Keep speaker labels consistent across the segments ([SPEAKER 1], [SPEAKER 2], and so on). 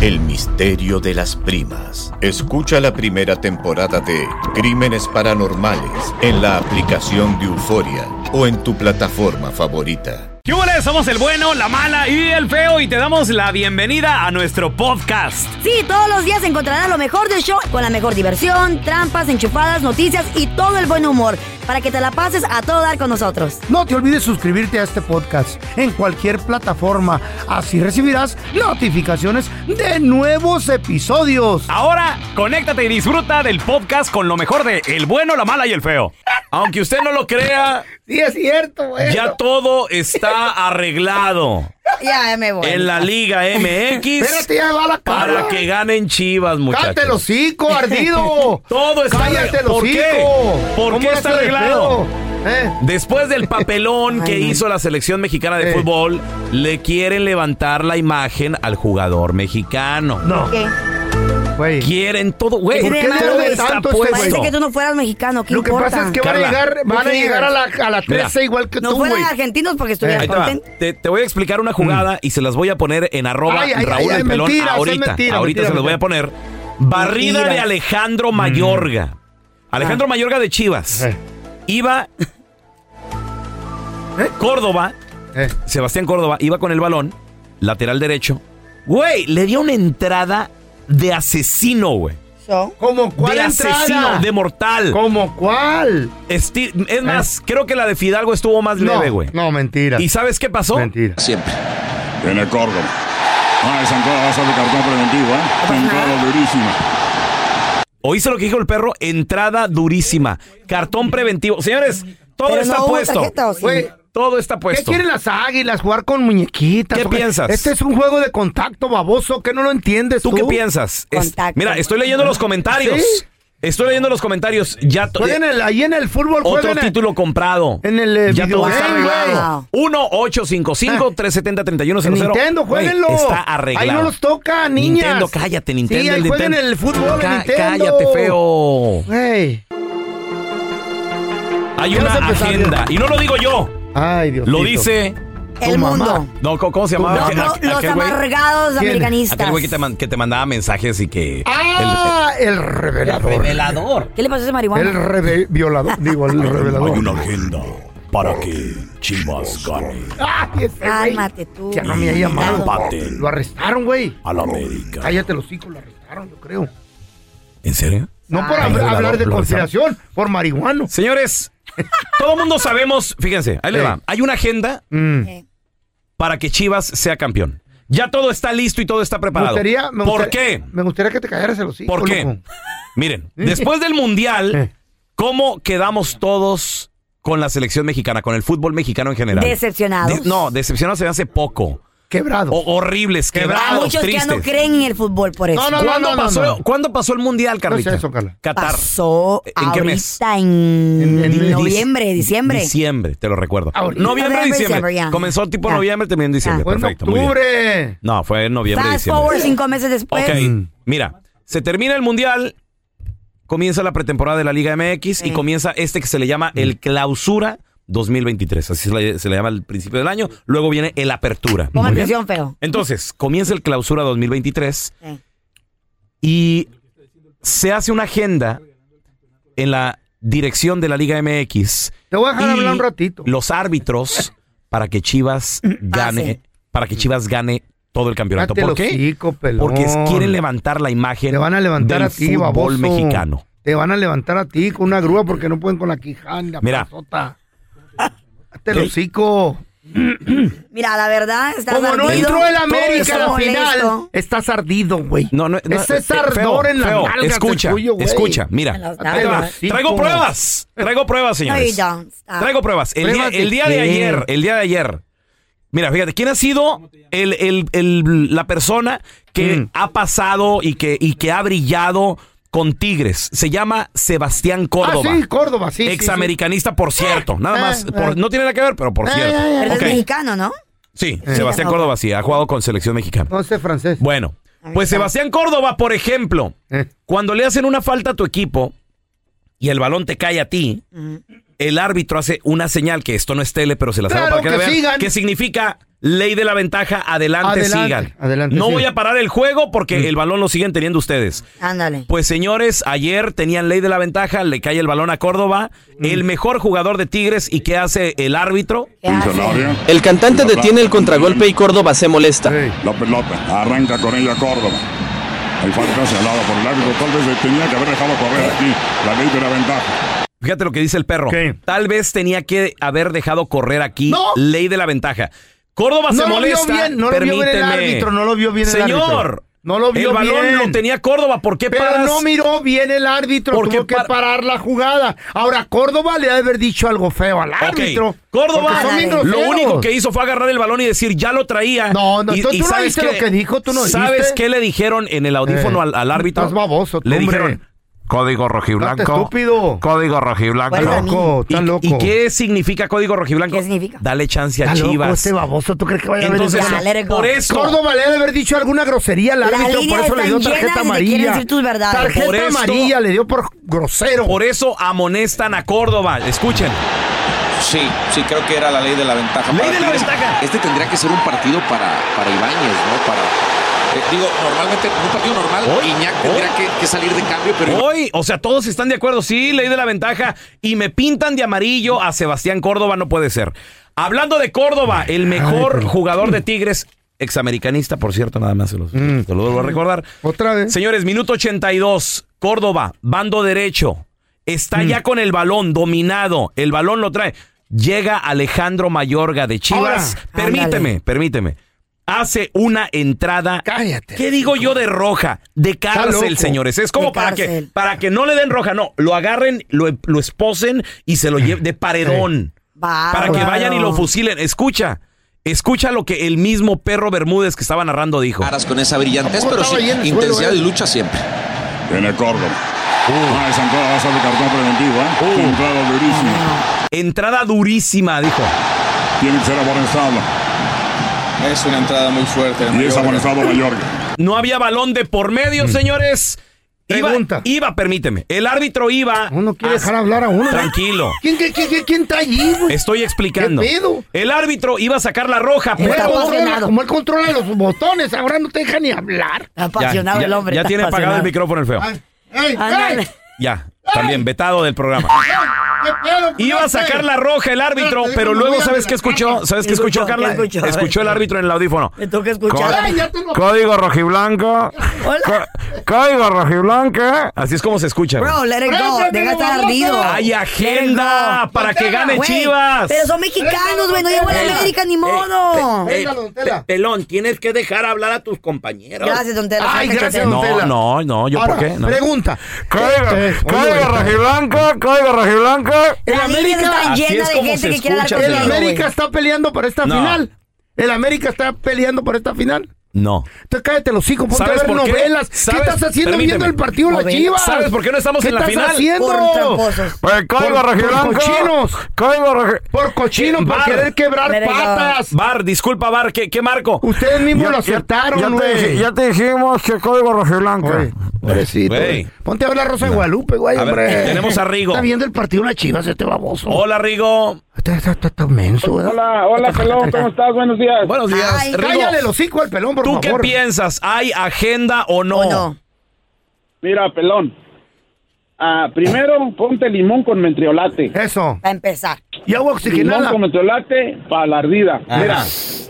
[SPEAKER 1] El misterio de las primas. Escucha la primera temporada de Crímenes Paranormales en la aplicación de Euforia o en tu plataforma favorita.
[SPEAKER 2] ¿Qué hubo? Somos el bueno, la mala y el feo y te damos la bienvenida a nuestro podcast.
[SPEAKER 3] Sí, todos los días encontrarás lo mejor del show con la mejor diversión, trampas, enchufadas, noticias y todo el buen humor para que te la pases a todo dar con nosotros.
[SPEAKER 4] No te olvides suscribirte a este podcast en cualquier plataforma. Así recibirás notificaciones de nuevos episodios.
[SPEAKER 2] Ahora, conéctate y disfruta del podcast con lo mejor de El bueno, la mala y el feo. Aunque usted no lo crea,
[SPEAKER 4] Sí, es cierto, güey.
[SPEAKER 2] ya todo está arreglado
[SPEAKER 3] Ya, ya me voy.
[SPEAKER 2] en la Liga
[SPEAKER 4] Espérate,
[SPEAKER 2] MX
[SPEAKER 4] ya va la cara.
[SPEAKER 2] para que ganen Chivas,
[SPEAKER 4] ¡Cállate el
[SPEAKER 2] muchachos.
[SPEAKER 4] hocico, ardido!
[SPEAKER 2] Todo está
[SPEAKER 4] ¡Cállate el
[SPEAKER 2] arreglado. ¿Por qué?
[SPEAKER 4] hocico!
[SPEAKER 2] ¿Por
[SPEAKER 4] ¿Cómo
[SPEAKER 2] qué
[SPEAKER 4] no
[SPEAKER 2] está
[SPEAKER 4] se le
[SPEAKER 2] arreglado?
[SPEAKER 4] veo? ¿Eh?
[SPEAKER 2] Después del papelón que hizo la selección mexicana de
[SPEAKER 4] Eh.
[SPEAKER 2] fútbol, le quieren levantar la imagen al jugador mexicano.
[SPEAKER 4] No,
[SPEAKER 3] ¿Qué?
[SPEAKER 4] güey.
[SPEAKER 2] Quieren todo, güey.
[SPEAKER 3] ¿Por qué le
[SPEAKER 2] todo
[SPEAKER 3] arde
[SPEAKER 2] está
[SPEAKER 4] tanto este güey?
[SPEAKER 3] Parece
[SPEAKER 2] puesto.
[SPEAKER 3] que tú no fueras mexicano, ¿qué
[SPEAKER 4] Lo que
[SPEAKER 3] importa?
[SPEAKER 4] pasa es que van a
[SPEAKER 2] Carla.
[SPEAKER 4] llegar, van a,
[SPEAKER 3] Mira.
[SPEAKER 4] llegar a la, a la 13
[SPEAKER 2] Mira.
[SPEAKER 4] igual que
[SPEAKER 3] no
[SPEAKER 4] tú, güey.
[SPEAKER 3] fueran argentinos porque estuvieran
[SPEAKER 2] Ahí te, va.
[SPEAKER 3] contentos.
[SPEAKER 2] Te- te voy a explicar una jugada y se las voy a poner en arroba
[SPEAKER 4] Ay, ay,
[SPEAKER 2] Raúl
[SPEAKER 4] ay,
[SPEAKER 2] el
[SPEAKER 4] es
[SPEAKER 2] Pelón
[SPEAKER 4] mentira, es
[SPEAKER 2] ahorita.
[SPEAKER 4] mentira,
[SPEAKER 2] ahorita
[SPEAKER 4] mentira,
[SPEAKER 2] se las voy a
[SPEAKER 4] mentira.
[SPEAKER 2] poner. Barrida de
[SPEAKER 3] Mentiras.
[SPEAKER 2] Alejandro Mayorga. Alejandro Mayorga de Chivas.
[SPEAKER 4] Mm. Ah. Eh,
[SPEAKER 2] Iba Córdoba,
[SPEAKER 4] eh.
[SPEAKER 2] Sebastián Córdoba, iba con el balón, lateral derecho. Güey, le dio una entrada de asesino, güey.
[SPEAKER 3] So,
[SPEAKER 4] ¿Cómo cuál
[SPEAKER 2] De
[SPEAKER 4] entrada?
[SPEAKER 2] asesino, de mortal.
[SPEAKER 4] ¿Cómo cuál? ¿Eh?
[SPEAKER 2] Esti- Es más, creo que la de Fidalgo estuvo más
[SPEAKER 4] No,
[SPEAKER 2] leve, güey.
[SPEAKER 4] no, mentira.
[SPEAKER 2] ¿Y sabes qué pasó?
[SPEAKER 4] Mentira.
[SPEAKER 5] Viene Córdoba. Ah, esa entrada va a ser de cartón preventivo, ¿eh? Entrada durísima.
[SPEAKER 2] ¿Oíste lo que dijo el perro? Entrada durísima. Cartón preventivo. Señores, todo
[SPEAKER 3] Pero
[SPEAKER 2] está
[SPEAKER 3] no hubo
[SPEAKER 2] puesto.
[SPEAKER 3] tarjeta, ¿o sí?
[SPEAKER 4] Güey,
[SPEAKER 2] Todo está
[SPEAKER 4] ¿Qué
[SPEAKER 2] puesto.
[SPEAKER 4] quieren las águilas? ¿Jugar con muñequitas?
[SPEAKER 2] ¿Qué
[SPEAKER 4] ¿O
[SPEAKER 2] piensas?
[SPEAKER 4] Este es un juego de contacto baboso que no lo entiendes tú.
[SPEAKER 2] ¿Tú qué piensas? Es-
[SPEAKER 3] Contacto.
[SPEAKER 2] mira, estoy leyendo los comentarios.
[SPEAKER 4] ¿Sí?
[SPEAKER 2] Estoy leyendo los comentarios. Ya to-
[SPEAKER 4] Juegan el- ahí en el fútbol,
[SPEAKER 2] otro
[SPEAKER 4] juegan el-
[SPEAKER 2] título comprado.
[SPEAKER 4] en el, eh,
[SPEAKER 2] ya todo está
[SPEAKER 4] videogame,
[SPEAKER 2] arreglado. 1-855-370-3100.
[SPEAKER 4] En Nintendo,
[SPEAKER 2] Güey,
[SPEAKER 4] jueguenlo.
[SPEAKER 2] Está arreglado.
[SPEAKER 4] Ahí no los toca, niñas.
[SPEAKER 2] Nintendo, cállate, Nintendo.
[SPEAKER 4] Sí, ahí
[SPEAKER 2] el
[SPEAKER 4] juegan
[SPEAKER 2] Nintendo.
[SPEAKER 4] el fútbol en
[SPEAKER 2] Cá-
[SPEAKER 4] Nintendo.
[SPEAKER 2] Cállate, feo.
[SPEAKER 4] Güey.
[SPEAKER 2] Hay
[SPEAKER 4] Ya
[SPEAKER 2] una
[SPEAKER 4] vas a empezar,
[SPEAKER 2] agenda.
[SPEAKER 4] Dios.
[SPEAKER 2] Y no lo digo yo.
[SPEAKER 4] Ay, Dios
[SPEAKER 2] Lo dice.
[SPEAKER 3] el
[SPEAKER 4] mamá.
[SPEAKER 3] mundo.
[SPEAKER 2] No, ¿cómo, cómo se
[SPEAKER 3] Los,
[SPEAKER 2] llamaba? Aquel-
[SPEAKER 3] los
[SPEAKER 2] aquel güey-
[SPEAKER 3] amargados
[SPEAKER 4] ¿Quién?
[SPEAKER 3] americanistas.
[SPEAKER 2] Aquel güey que te, man- que te mandaba mensajes y que.
[SPEAKER 4] Ah, el, revelador. El,
[SPEAKER 2] revelador.
[SPEAKER 3] ¿Qué le pasó a ese marihuana?
[SPEAKER 4] reve- violador. Digo, el revelador.
[SPEAKER 5] agenda para que Chivas gane
[SPEAKER 4] Ay, ese güey.
[SPEAKER 3] Cálmate tú.
[SPEAKER 4] Ya no me ha
[SPEAKER 3] Cuidado.
[SPEAKER 4] llamado.
[SPEAKER 5] Empate.
[SPEAKER 4] Lo arrestaron, güey.
[SPEAKER 5] a la América.
[SPEAKER 4] Cállate los hijos, lo arrestaron, yo creo.
[SPEAKER 2] ¿En serio?
[SPEAKER 4] No por
[SPEAKER 3] Ay,
[SPEAKER 4] hab-
[SPEAKER 2] revelador,
[SPEAKER 4] hablar de
[SPEAKER 2] lo arrestaron.
[SPEAKER 4] conspiración, por marihuano.
[SPEAKER 2] Señores, todo mundo sabemos. Fíjense, ahí le
[SPEAKER 4] Sí.
[SPEAKER 2] va. Hay una agenda
[SPEAKER 4] Mm.
[SPEAKER 3] Eh,
[SPEAKER 2] para que Chivas sea campeón. Ya todo está listo y todo está
[SPEAKER 4] Me
[SPEAKER 2] preparado.
[SPEAKER 4] gustaría, me
[SPEAKER 2] ¿Por
[SPEAKER 4] gustaría-
[SPEAKER 2] qué?
[SPEAKER 4] Me gustaría que te callaras el hocico.
[SPEAKER 2] ¿Por qué?
[SPEAKER 4] loco.
[SPEAKER 2] Miren, después del mundial,
[SPEAKER 4] Eh.
[SPEAKER 2] ¿cómo quedamos todos con la selección mexicana, con el fútbol mexicano en general.
[SPEAKER 3] Decepcionados.
[SPEAKER 2] De- no, decepcionado se me hace poco.
[SPEAKER 4] Quebrados.
[SPEAKER 2] horribles,
[SPEAKER 3] Hay
[SPEAKER 2] quebrados,
[SPEAKER 3] muchos
[SPEAKER 2] tristes.
[SPEAKER 3] que ya no creen en el fútbol por eso.
[SPEAKER 2] ¿Cuándo, pasó, ¿Cuándo pasó el mundial, Carlita? Qatar.
[SPEAKER 3] Pasó
[SPEAKER 2] ¿En qué mes?
[SPEAKER 3] ahorita en,
[SPEAKER 2] Dic-
[SPEAKER 3] noviembre, diciembre.
[SPEAKER 2] Diciembre, te lo recuerdo.
[SPEAKER 3] Ahorita.
[SPEAKER 2] Noviembre,
[SPEAKER 3] Noviembre,
[SPEAKER 2] diciembre.
[SPEAKER 3] diciembre, ya.
[SPEAKER 2] Comenzó tipo
[SPEAKER 3] Ya.
[SPEAKER 2] noviembre, terminó en diciembre.
[SPEAKER 3] Ya.
[SPEAKER 4] Ah.
[SPEAKER 3] Fue en
[SPEAKER 2] Perfecto. muy bien. No, fue en noviembre,
[SPEAKER 3] Fast
[SPEAKER 2] diciembre.
[SPEAKER 3] forward pues. cinco meses después.
[SPEAKER 2] Ok, mira, se termina el mundial, comienza la pretemporada de la Liga MX y comienza este que se le llama el Clausura 2023. Así se le, se le llama al principio del año. Luego viene el Apertura.
[SPEAKER 3] Pongan
[SPEAKER 2] Muy bien.
[SPEAKER 3] atención, feo.
[SPEAKER 2] Entonces, comienza el Clausura 2023 y se hace una agenda en la dirección de la Liga MX.
[SPEAKER 4] Te voy a dejar
[SPEAKER 2] y
[SPEAKER 4] hablar un ratito. Ah,
[SPEAKER 2] Los árbitros para que Chivas gane, para que Chivas gane todo el campeonato.
[SPEAKER 4] Cállate
[SPEAKER 2] ¿Por
[SPEAKER 4] el
[SPEAKER 2] qué?
[SPEAKER 4] hocico, pelón.
[SPEAKER 2] Porque quieren levantar la imagen
[SPEAKER 4] Te van a levantar
[SPEAKER 2] del
[SPEAKER 4] a ti,
[SPEAKER 2] fútbol
[SPEAKER 4] baboso.
[SPEAKER 2] mexicano.
[SPEAKER 4] Te van a levantar a ti con una grúa porque no pueden con la quijana.
[SPEAKER 2] Mira.
[SPEAKER 4] panzota. Cállate el hocico.
[SPEAKER 3] Mira, la verdad, está
[SPEAKER 4] Como no entró el América a la final,
[SPEAKER 3] Molesto.
[SPEAKER 4] estás ardido, güey.
[SPEAKER 2] No, no, no,
[SPEAKER 4] Ese es
[SPEAKER 2] eh,
[SPEAKER 4] ardor
[SPEAKER 2] feo,
[SPEAKER 4] en la
[SPEAKER 2] feo,
[SPEAKER 4] nalgas del
[SPEAKER 2] Escucha,
[SPEAKER 4] tuyo, güey.
[SPEAKER 2] escucha, mira.
[SPEAKER 3] las Ahí nalgas. va.
[SPEAKER 2] Traigo pruebas, traigo pruebas, señores.
[SPEAKER 3] No, you don't. Stop.
[SPEAKER 2] Traigo pruebas. El día,
[SPEAKER 3] ¿Pruebas de
[SPEAKER 2] el día de
[SPEAKER 3] qué?
[SPEAKER 2] ayer, eh, el día de ayer. Mira, fíjate, ¿quién ha sido el, el- el- la persona que
[SPEAKER 4] Mm.
[SPEAKER 2] ha pasado y que, y que ha brillado con Tigres? Se llama Sebastián Córdoba.
[SPEAKER 4] Ah, sí, Córdoba, sí. sí, sí.
[SPEAKER 2] Examericanista, por cierto. Nada
[SPEAKER 4] Eh,
[SPEAKER 2] más.
[SPEAKER 4] eh.
[SPEAKER 2] por- no tiene nada que ver, pero por
[SPEAKER 4] Eh,
[SPEAKER 2] cierto.
[SPEAKER 4] eh, eh.
[SPEAKER 3] Pero
[SPEAKER 2] Ok.
[SPEAKER 3] es mexicano, ¿no?
[SPEAKER 2] Sí, Sebastián
[SPEAKER 3] ok.
[SPEAKER 2] Córdoba sí, ha jugado con selección mexicana.
[SPEAKER 4] No sé Eh, francés. Eh.
[SPEAKER 2] Bueno, pues Sebastián Córdoba, por ejemplo, cuando le hacen una falta a tu equipo y el balón te cae a ti, el árbitro hace una señal que esto no es tele, pero se las hago
[SPEAKER 4] Claro,
[SPEAKER 2] para que, la
[SPEAKER 4] que
[SPEAKER 2] vean,
[SPEAKER 4] sigan.
[SPEAKER 2] que significa ley de la ventaja, adelante,
[SPEAKER 4] Adelante,
[SPEAKER 2] sigan.
[SPEAKER 4] adelante,
[SPEAKER 2] no
[SPEAKER 4] sigan. Mm.
[SPEAKER 2] voy a parar el juego porque el balón lo siguen teniendo ustedes.
[SPEAKER 3] Ándale.
[SPEAKER 2] Pues señores, ayer tenían ley de la ventaja, le cae el balón a Córdoba, el mejor jugador de Tigres y qué hace el árbitro?
[SPEAKER 6] El cantante detiene el contragolpe y Córdoba se molesta.
[SPEAKER 5] La pelota arranca con ella Córdoba. El falta señalado por el árbitro. Tal vez se tenía que haber dejado correr aquí la ley de la ventaja.
[SPEAKER 2] Fíjate lo que dice el perro.
[SPEAKER 5] ¿Qué?
[SPEAKER 2] Tal vez tenía que haber dejado correr aquí.
[SPEAKER 4] No.
[SPEAKER 2] Ley de la ventaja. Córdoba
[SPEAKER 4] No
[SPEAKER 2] se
[SPEAKER 4] lo vio
[SPEAKER 2] molesta.
[SPEAKER 4] bien, no lo vio bien el
[SPEAKER 2] Permíteme.
[SPEAKER 4] árbitro, no lo vio bien el
[SPEAKER 2] Señor,
[SPEAKER 4] árbitro. No lo vio
[SPEAKER 2] El balón
[SPEAKER 4] bien.
[SPEAKER 2] lo tenía Córdoba. ¿Por qué
[SPEAKER 4] Pero
[SPEAKER 2] paras?
[SPEAKER 4] no miró bien el árbitro,
[SPEAKER 2] Porque
[SPEAKER 4] tuvo que
[SPEAKER 2] par-
[SPEAKER 4] parar la jugada. Ahora, Córdoba le ha de haber dicho algo feo al
[SPEAKER 2] Ok,
[SPEAKER 4] árbitro.
[SPEAKER 2] Córdoba
[SPEAKER 4] porque son bien
[SPEAKER 2] lo
[SPEAKER 4] groseros.
[SPEAKER 2] único que hizo fue agarrar el balón y decir, ya lo traía. No,
[SPEAKER 4] no,
[SPEAKER 2] y,
[SPEAKER 4] tú-
[SPEAKER 2] y
[SPEAKER 4] tú no
[SPEAKER 2] ¿sabes
[SPEAKER 4] oíste
[SPEAKER 2] qué?
[SPEAKER 4] lo que dijo, tú no
[SPEAKER 2] ¿Sabes
[SPEAKER 4] oíste?
[SPEAKER 2] qué le dijeron en el audífono
[SPEAKER 4] Eh,
[SPEAKER 2] al, al árbitro?
[SPEAKER 4] estás baboso, tú,
[SPEAKER 2] Le
[SPEAKER 4] hombre.
[SPEAKER 2] dijeron, código rojiblanco.
[SPEAKER 4] Estás estúpido.
[SPEAKER 2] Código rojiblanco.
[SPEAKER 4] Estás loco, estás loco.
[SPEAKER 2] ¿Y qué significa código rojiblanco? ¿Qué significa? Dale chance a
[SPEAKER 4] Está loco
[SPEAKER 2] Chivas.
[SPEAKER 4] este baboso, ¿tú crees que vaya
[SPEAKER 2] Entonces,
[SPEAKER 4] a haber
[SPEAKER 2] Ya, let it go. por eso.
[SPEAKER 4] Córdoba le ha de haber dicho alguna grosería al
[SPEAKER 3] Las
[SPEAKER 4] árbitro, por
[SPEAKER 3] líneas
[SPEAKER 4] eso le dio
[SPEAKER 3] están llenas
[SPEAKER 4] tarjeta
[SPEAKER 3] de quieren
[SPEAKER 4] amarilla.
[SPEAKER 3] decir tus verdades.
[SPEAKER 4] Tarjeta
[SPEAKER 2] Por esto-
[SPEAKER 4] amarilla le dio por grosero.
[SPEAKER 2] Por eso amonestan a Córdoba. Escuchen.
[SPEAKER 7] Sí, sí, creo que era la ley de la ventaja.
[SPEAKER 2] Ley
[SPEAKER 7] para
[SPEAKER 2] de la
[SPEAKER 7] Tigres.
[SPEAKER 2] ventaja.
[SPEAKER 7] Este tendría que ser un partido para, para Ibáñez, ¿no? Para. eh, digo, normalmente, en un partido normal, Iñak tendría que, que salir de cambio, pero.
[SPEAKER 2] Hoy, o sea, todos están de acuerdo. Sí, ley de la ventaja. Y me pintan de amarillo a Sebastián Córdoba, no puede ser. Hablando de Córdoba, el mejor jugador de Tigres, examericanista, por cierto, nada más se los, se los Mm, vuelvo a recordar.
[SPEAKER 4] Otra vez.
[SPEAKER 2] Señores, minuto 82. Córdoba, bando derecho. Está
[SPEAKER 4] Mm.
[SPEAKER 2] ya con el balón dominado. El balón lo trae. Llega Alejandro Mayorga de Chivas.
[SPEAKER 4] Ahora.
[SPEAKER 2] permíteme,
[SPEAKER 4] Ándale.
[SPEAKER 2] permíteme. Hace una entrada. Cállate. ¿Qué digo yo de roja? De
[SPEAKER 4] Está loco.
[SPEAKER 2] cárcel, señores. Es como
[SPEAKER 4] De
[SPEAKER 2] para que,
[SPEAKER 4] cárcel.
[SPEAKER 2] para que no le den roja. No, lo agarren, lo, lo esposen y se
[SPEAKER 4] Ah.
[SPEAKER 2] lo lleven de paredón. Para que vayan y lo fusilen. Escucha, escucha lo que el mismo perro Bermúdez que estaba narrando dijo.
[SPEAKER 7] Aras con esa brillantez, pero sí,
[SPEAKER 4] ¿eh?
[SPEAKER 7] intensidad y lucha siempre.
[SPEAKER 5] Viene Córdoba. Ah, esa entrada va a ser de cartón preventivo, ¿eh? Entrada durísima.
[SPEAKER 2] Entrada durísima, dijo.
[SPEAKER 5] Tiene que ser amonestada.
[SPEAKER 7] Es una entrada muy fuerte.
[SPEAKER 5] Y es amonestado Mayorga.
[SPEAKER 2] No había balón de por medio,
[SPEAKER 4] Mm.
[SPEAKER 2] señores. Iba, iba, permíteme. El árbitro iba. Uno quiere
[SPEAKER 4] dejar hablar a uno. ¿eh?
[SPEAKER 2] Tranquilo.
[SPEAKER 4] ¿Quién, quién, quién, quién- quién está allí, güey?
[SPEAKER 2] Estoy explicando.
[SPEAKER 4] ¿Qué pedo?
[SPEAKER 2] El árbitro iba a sacar la roja,
[SPEAKER 4] Como él
[SPEAKER 2] pero
[SPEAKER 4] controla- como él controla los botones, ahora no te deja ni hablar.
[SPEAKER 2] ya, Ya tiene apagado el micrófono el feo.
[SPEAKER 4] ¡Ey, ey!
[SPEAKER 2] Ya, también vetado del programa.
[SPEAKER 4] ¿Qué pedo?
[SPEAKER 2] Iba a sacar la roja el árbitro, pero luego ¿sabes qué escuchó? ¿Sabes qué escuchó, Carla?
[SPEAKER 3] escuchó?
[SPEAKER 2] Escuchó el árbitro en el audífono.
[SPEAKER 3] Me toca escuchar.
[SPEAKER 4] Ay, ya tengo-
[SPEAKER 2] Código rojiblanco. Código rojiblanco. Así es como se escucha. güey.
[SPEAKER 3] Bro, let it go. Deja estar ardido.
[SPEAKER 2] Hay
[SPEAKER 3] Let it
[SPEAKER 2] agenda
[SPEAKER 3] go.
[SPEAKER 2] para que gane
[SPEAKER 3] Güey,
[SPEAKER 2] Chivas.
[SPEAKER 3] Pero son mexicanos, güey. No llegó a la América ni modo.
[SPEAKER 2] pelón, tienes que dejar hablar a tus compañeros.
[SPEAKER 3] Gracias, don Tela.
[SPEAKER 4] Ay,
[SPEAKER 3] Suéltate,
[SPEAKER 4] gracias,
[SPEAKER 3] Tela.
[SPEAKER 4] don Tela.
[SPEAKER 2] No, no, no, yo
[SPEAKER 4] Ahora,
[SPEAKER 2] por qué. No.
[SPEAKER 4] Pregunta. Este,
[SPEAKER 2] Código,
[SPEAKER 4] código
[SPEAKER 2] rojiblanco, código rojiblanco.
[SPEAKER 4] El
[SPEAKER 3] La línea
[SPEAKER 4] América,
[SPEAKER 3] está llena de gente que quiere dar
[SPEAKER 4] el
[SPEAKER 3] contigo,
[SPEAKER 4] América
[SPEAKER 3] güey.
[SPEAKER 4] está peleando por esta
[SPEAKER 2] No.
[SPEAKER 4] final. El América está peleando por esta final.
[SPEAKER 2] No.
[SPEAKER 4] Entonces cállate los hijos, ponte a
[SPEAKER 2] ¿Sabes
[SPEAKER 4] Pues, ver
[SPEAKER 2] por qué?
[SPEAKER 4] novelas. ¿Qué,
[SPEAKER 2] ¿Sabes?
[SPEAKER 4] estás haciendo
[SPEAKER 2] Permíteme.
[SPEAKER 4] viendo el partido de las
[SPEAKER 2] Novelas.
[SPEAKER 4] chivas?
[SPEAKER 2] ¿Sabes por qué no estamos
[SPEAKER 4] ¿Qué
[SPEAKER 2] en la
[SPEAKER 4] estás
[SPEAKER 2] final?
[SPEAKER 4] haciendo?
[SPEAKER 2] Por tramposos. Pues caigo
[SPEAKER 4] Por-
[SPEAKER 2] rojiblanco. Eh,
[SPEAKER 4] Por cochinos. Por cochinos, por
[SPEAKER 2] Bar.
[SPEAKER 4] querer quebrar patas.
[SPEAKER 2] Bar, disculpa, Bar, ¿qué, qué marco?
[SPEAKER 4] Ustedes mismos lo aceptaron, güey. dijimos que código rojiblanco. pobrecito,
[SPEAKER 2] Güey.
[SPEAKER 4] Ponte a ver la Rosa de Guadalupe, güey,
[SPEAKER 2] A ver,
[SPEAKER 4] hombre.
[SPEAKER 2] tenemos a Rigo.
[SPEAKER 4] Está viendo el partido de las chivas este baboso.
[SPEAKER 2] Hola, Rigo.
[SPEAKER 4] Está, está, está, está menso, ¿verdad?
[SPEAKER 8] Hola, hola, pelón, ¿cómo estás? Buenos días.
[SPEAKER 2] Buenos días. Rigo,
[SPEAKER 4] cállale el hocico al pelón, por
[SPEAKER 2] ¿Tú
[SPEAKER 4] favor.
[SPEAKER 2] qué piensas? ¿Hay agenda o no?
[SPEAKER 8] Mira, pelón. Ah, primero, ponte limón con mentriolate.
[SPEAKER 4] Eso.
[SPEAKER 3] Para empezar.
[SPEAKER 4] Y agua
[SPEAKER 8] Limón con mentriolate para la ardida.
[SPEAKER 4] Ah,
[SPEAKER 8] Mira.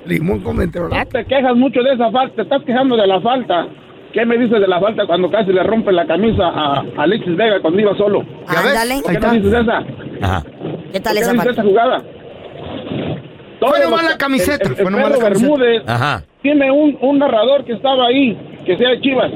[SPEAKER 4] Limón con
[SPEAKER 8] No
[SPEAKER 4] mentriolate.
[SPEAKER 8] te quejas mucho de esa falta, te estás quejando de la falta. ¿Qué me dices de la falta cuando casi le rompe la camisa a Alexis Vega cuando iba solo?
[SPEAKER 3] ¿Ya ves? Ándale.
[SPEAKER 8] ¿Por
[SPEAKER 3] Ahí
[SPEAKER 8] qué no
[SPEAKER 3] está.
[SPEAKER 8] dices esa?
[SPEAKER 3] ¿Qué tal
[SPEAKER 8] ¿Por
[SPEAKER 3] esa
[SPEAKER 8] qué no hizo
[SPEAKER 3] parte?
[SPEAKER 8] esa jugada?
[SPEAKER 4] Fue
[SPEAKER 8] Todos
[SPEAKER 4] nomás
[SPEAKER 8] los-
[SPEAKER 4] la camiseta,
[SPEAKER 8] El, el- el
[SPEAKER 4] fue nomás la
[SPEAKER 8] Pedro
[SPEAKER 4] camiseta.
[SPEAKER 8] Bermúdez
[SPEAKER 2] Ajá.
[SPEAKER 8] tiene un, un narrador que estaba ahí, que sea de Chivas.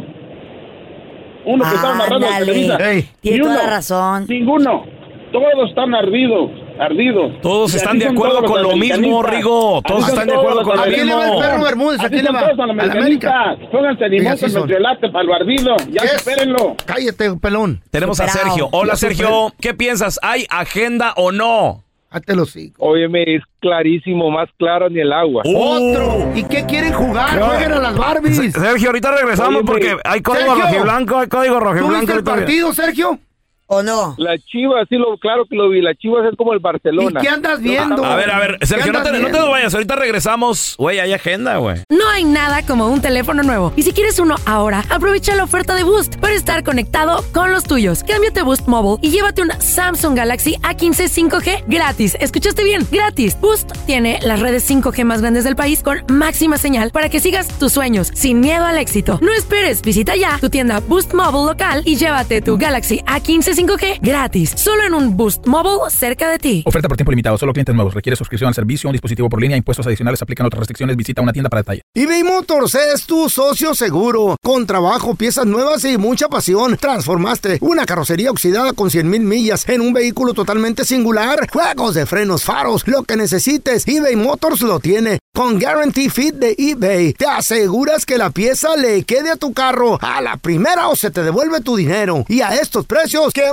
[SPEAKER 8] Uno que estaba narrando en
[SPEAKER 3] Ándale.
[SPEAKER 8] Televisa.
[SPEAKER 3] Ey. Tiene
[SPEAKER 8] Ni
[SPEAKER 3] toda
[SPEAKER 8] uno,
[SPEAKER 3] la razón.
[SPEAKER 8] Ninguno. Todos están ardidos, ardidos.
[SPEAKER 2] Todos
[SPEAKER 8] Y
[SPEAKER 2] están
[SPEAKER 8] así
[SPEAKER 2] de
[SPEAKER 8] son
[SPEAKER 2] acuerdo
[SPEAKER 8] todos los
[SPEAKER 2] con lo mismo,
[SPEAKER 8] americanistas.
[SPEAKER 2] Rigo.
[SPEAKER 8] Así
[SPEAKER 2] Todos
[SPEAKER 8] son
[SPEAKER 2] Ah, están de acuerdo
[SPEAKER 8] los
[SPEAKER 2] con lo
[SPEAKER 4] ¿A quién le va el
[SPEAKER 8] americanistas.
[SPEAKER 4] perro Bermúdez? ¿A
[SPEAKER 8] Así
[SPEAKER 4] quién le
[SPEAKER 8] son
[SPEAKER 4] va?
[SPEAKER 8] todos los
[SPEAKER 4] ¿A la América?
[SPEAKER 8] americanistas. Pónganse
[SPEAKER 4] Y
[SPEAKER 8] limón
[SPEAKER 4] así
[SPEAKER 8] con
[SPEAKER 4] son.
[SPEAKER 8] mentriolate para el ardido. Ya
[SPEAKER 4] Yes.
[SPEAKER 8] supérenlo.
[SPEAKER 4] Cállate, pelón.
[SPEAKER 2] Tenemos a
[SPEAKER 4] Superado.
[SPEAKER 2] Sergio. Hola,
[SPEAKER 4] Ya
[SPEAKER 2] Sergio. ¿Qué piensas? ¿Hay agenda o no?
[SPEAKER 4] Hazte los hijos.
[SPEAKER 9] Óyeme, es clarísimo, más claro ni el agua.
[SPEAKER 2] Uh.
[SPEAKER 4] Otro. ¿Y qué quieren jugar?
[SPEAKER 9] No.
[SPEAKER 4] Jueguen a las Barbies.
[SPEAKER 2] Sergio, ahorita regresamos
[SPEAKER 9] Oye,
[SPEAKER 2] porque
[SPEAKER 9] güey.
[SPEAKER 8] pues,
[SPEAKER 2] hay código
[SPEAKER 9] Sergio.
[SPEAKER 2] rojiblanco, hay código
[SPEAKER 4] ¿Tú
[SPEAKER 2] rojiblanco.
[SPEAKER 4] viste el
[SPEAKER 2] ahorita.
[SPEAKER 4] partido, Sergio? ¿O no?
[SPEAKER 9] La Chivas, sí, lo, claro que lo vi. La Chivas es como el Barcelona.
[SPEAKER 4] ¿Y qué andas viendo?
[SPEAKER 2] A ver, a ver, Sergio, no te, no te nos vayas. Ahorita regresamos. Güey, hay agenda, güey.
[SPEAKER 10] No hay nada como un teléfono nuevo. Y si quieres uno ahora, aprovecha la oferta de Boost para estar conectado con los tuyos. Cámbiate a Boost Mobile y llévate un Samsung Galaxy A15 5G gratis. ¿Escuchaste bien? Gratis. Boost tiene las redes 5G más grandes del país con máxima señal para que sigas tus sueños sin miedo al éxito. No esperes, visita ya tu tienda Boost Mobile local y llévate tu Galaxy A15 5G gratis. Solo en un Boost Mobile cerca de ti.
[SPEAKER 11] Oferta por tiempo limitado, solo clientes nuevos. Requiere suscripción al servicio, un dispositivo por línea, impuestos adicionales, aplican otras restricciones. Visita una tienda para detalle.
[SPEAKER 4] eBay Motors es tu socio seguro. Con trabajo, piezas nuevas y mucha pasión, transformaste una carrocería oxidada con 100 mil millas en un vehículo totalmente singular. Juegos de frenos, faros, lo que necesites, eBay Motors lo tiene. Con Guarantee Fit de eBay, te aseguras que la pieza le quede a tu carro a la primera o se te devuelve tu dinero. Y a estos precios, ¿qué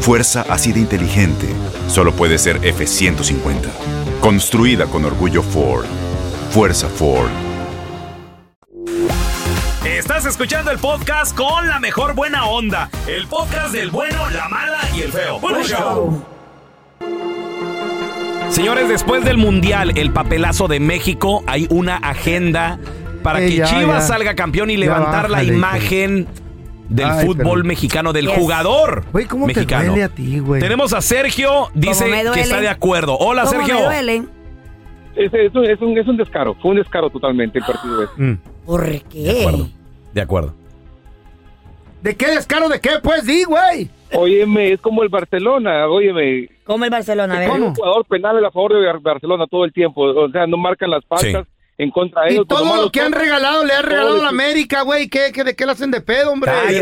[SPEAKER 12] Fuerza así de inteligente solo puede ser F150. Construida con orgullo Ford. Fuerza Ford.
[SPEAKER 2] Estás escuchando el podcast con la mejor buena onda. El podcast del bueno, la mala y el feo. Bueno, show. Señores, después del Mundial, el papelazo de México, hay una agenda para
[SPEAKER 4] Eh,
[SPEAKER 2] que
[SPEAKER 4] ya, ya.
[SPEAKER 2] Chivas salga campeón y
[SPEAKER 4] Ya
[SPEAKER 2] levantar
[SPEAKER 4] bájale,
[SPEAKER 2] la imagen del
[SPEAKER 4] Ay,
[SPEAKER 2] fútbol
[SPEAKER 4] pero-
[SPEAKER 2] mexicano, del
[SPEAKER 4] Yes.
[SPEAKER 2] jugador
[SPEAKER 4] Güey, ¿cómo
[SPEAKER 2] mexicano.
[SPEAKER 4] te duele a ti, güey?
[SPEAKER 2] Tenemos a Sergio, dice
[SPEAKER 4] me
[SPEAKER 2] que
[SPEAKER 4] duele.
[SPEAKER 2] está de acuerdo. Hola,
[SPEAKER 4] ¿Cómo me
[SPEAKER 2] Sergio.
[SPEAKER 4] duele?
[SPEAKER 9] Es, es un, es, un, es un descaro. Fue un descaro totalmente el partido ese.
[SPEAKER 3] ¿Por
[SPEAKER 2] De acuerdo. Mm, De acuerdo.
[SPEAKER 4] ¿De qué descaro de qué? Pues di, güey.
[SPEAKER 9] Óyeme, es como el Barcelona. Óyeme.
[SPEAKER 3] Como el Barcelona, a ver.
[SPEAKER 9] Hay un jugador penal a favor de Bar- Barcelona todo el tiempo. O sea, no marcan las faltas en contra de
[SPEAKER 4] Y
[SPEAKER 9] ellos. pues
[SPEAKER 4] todo lo que han regalado le han regalado a la
[SPEAKER 9] América.
[SPEAKER 4] América, güey. ¿Qué, qué, ¿De qué le hacen de pedo, hombre?
[SPEAKER 9] Regalado,
[SPEAKER 4] Le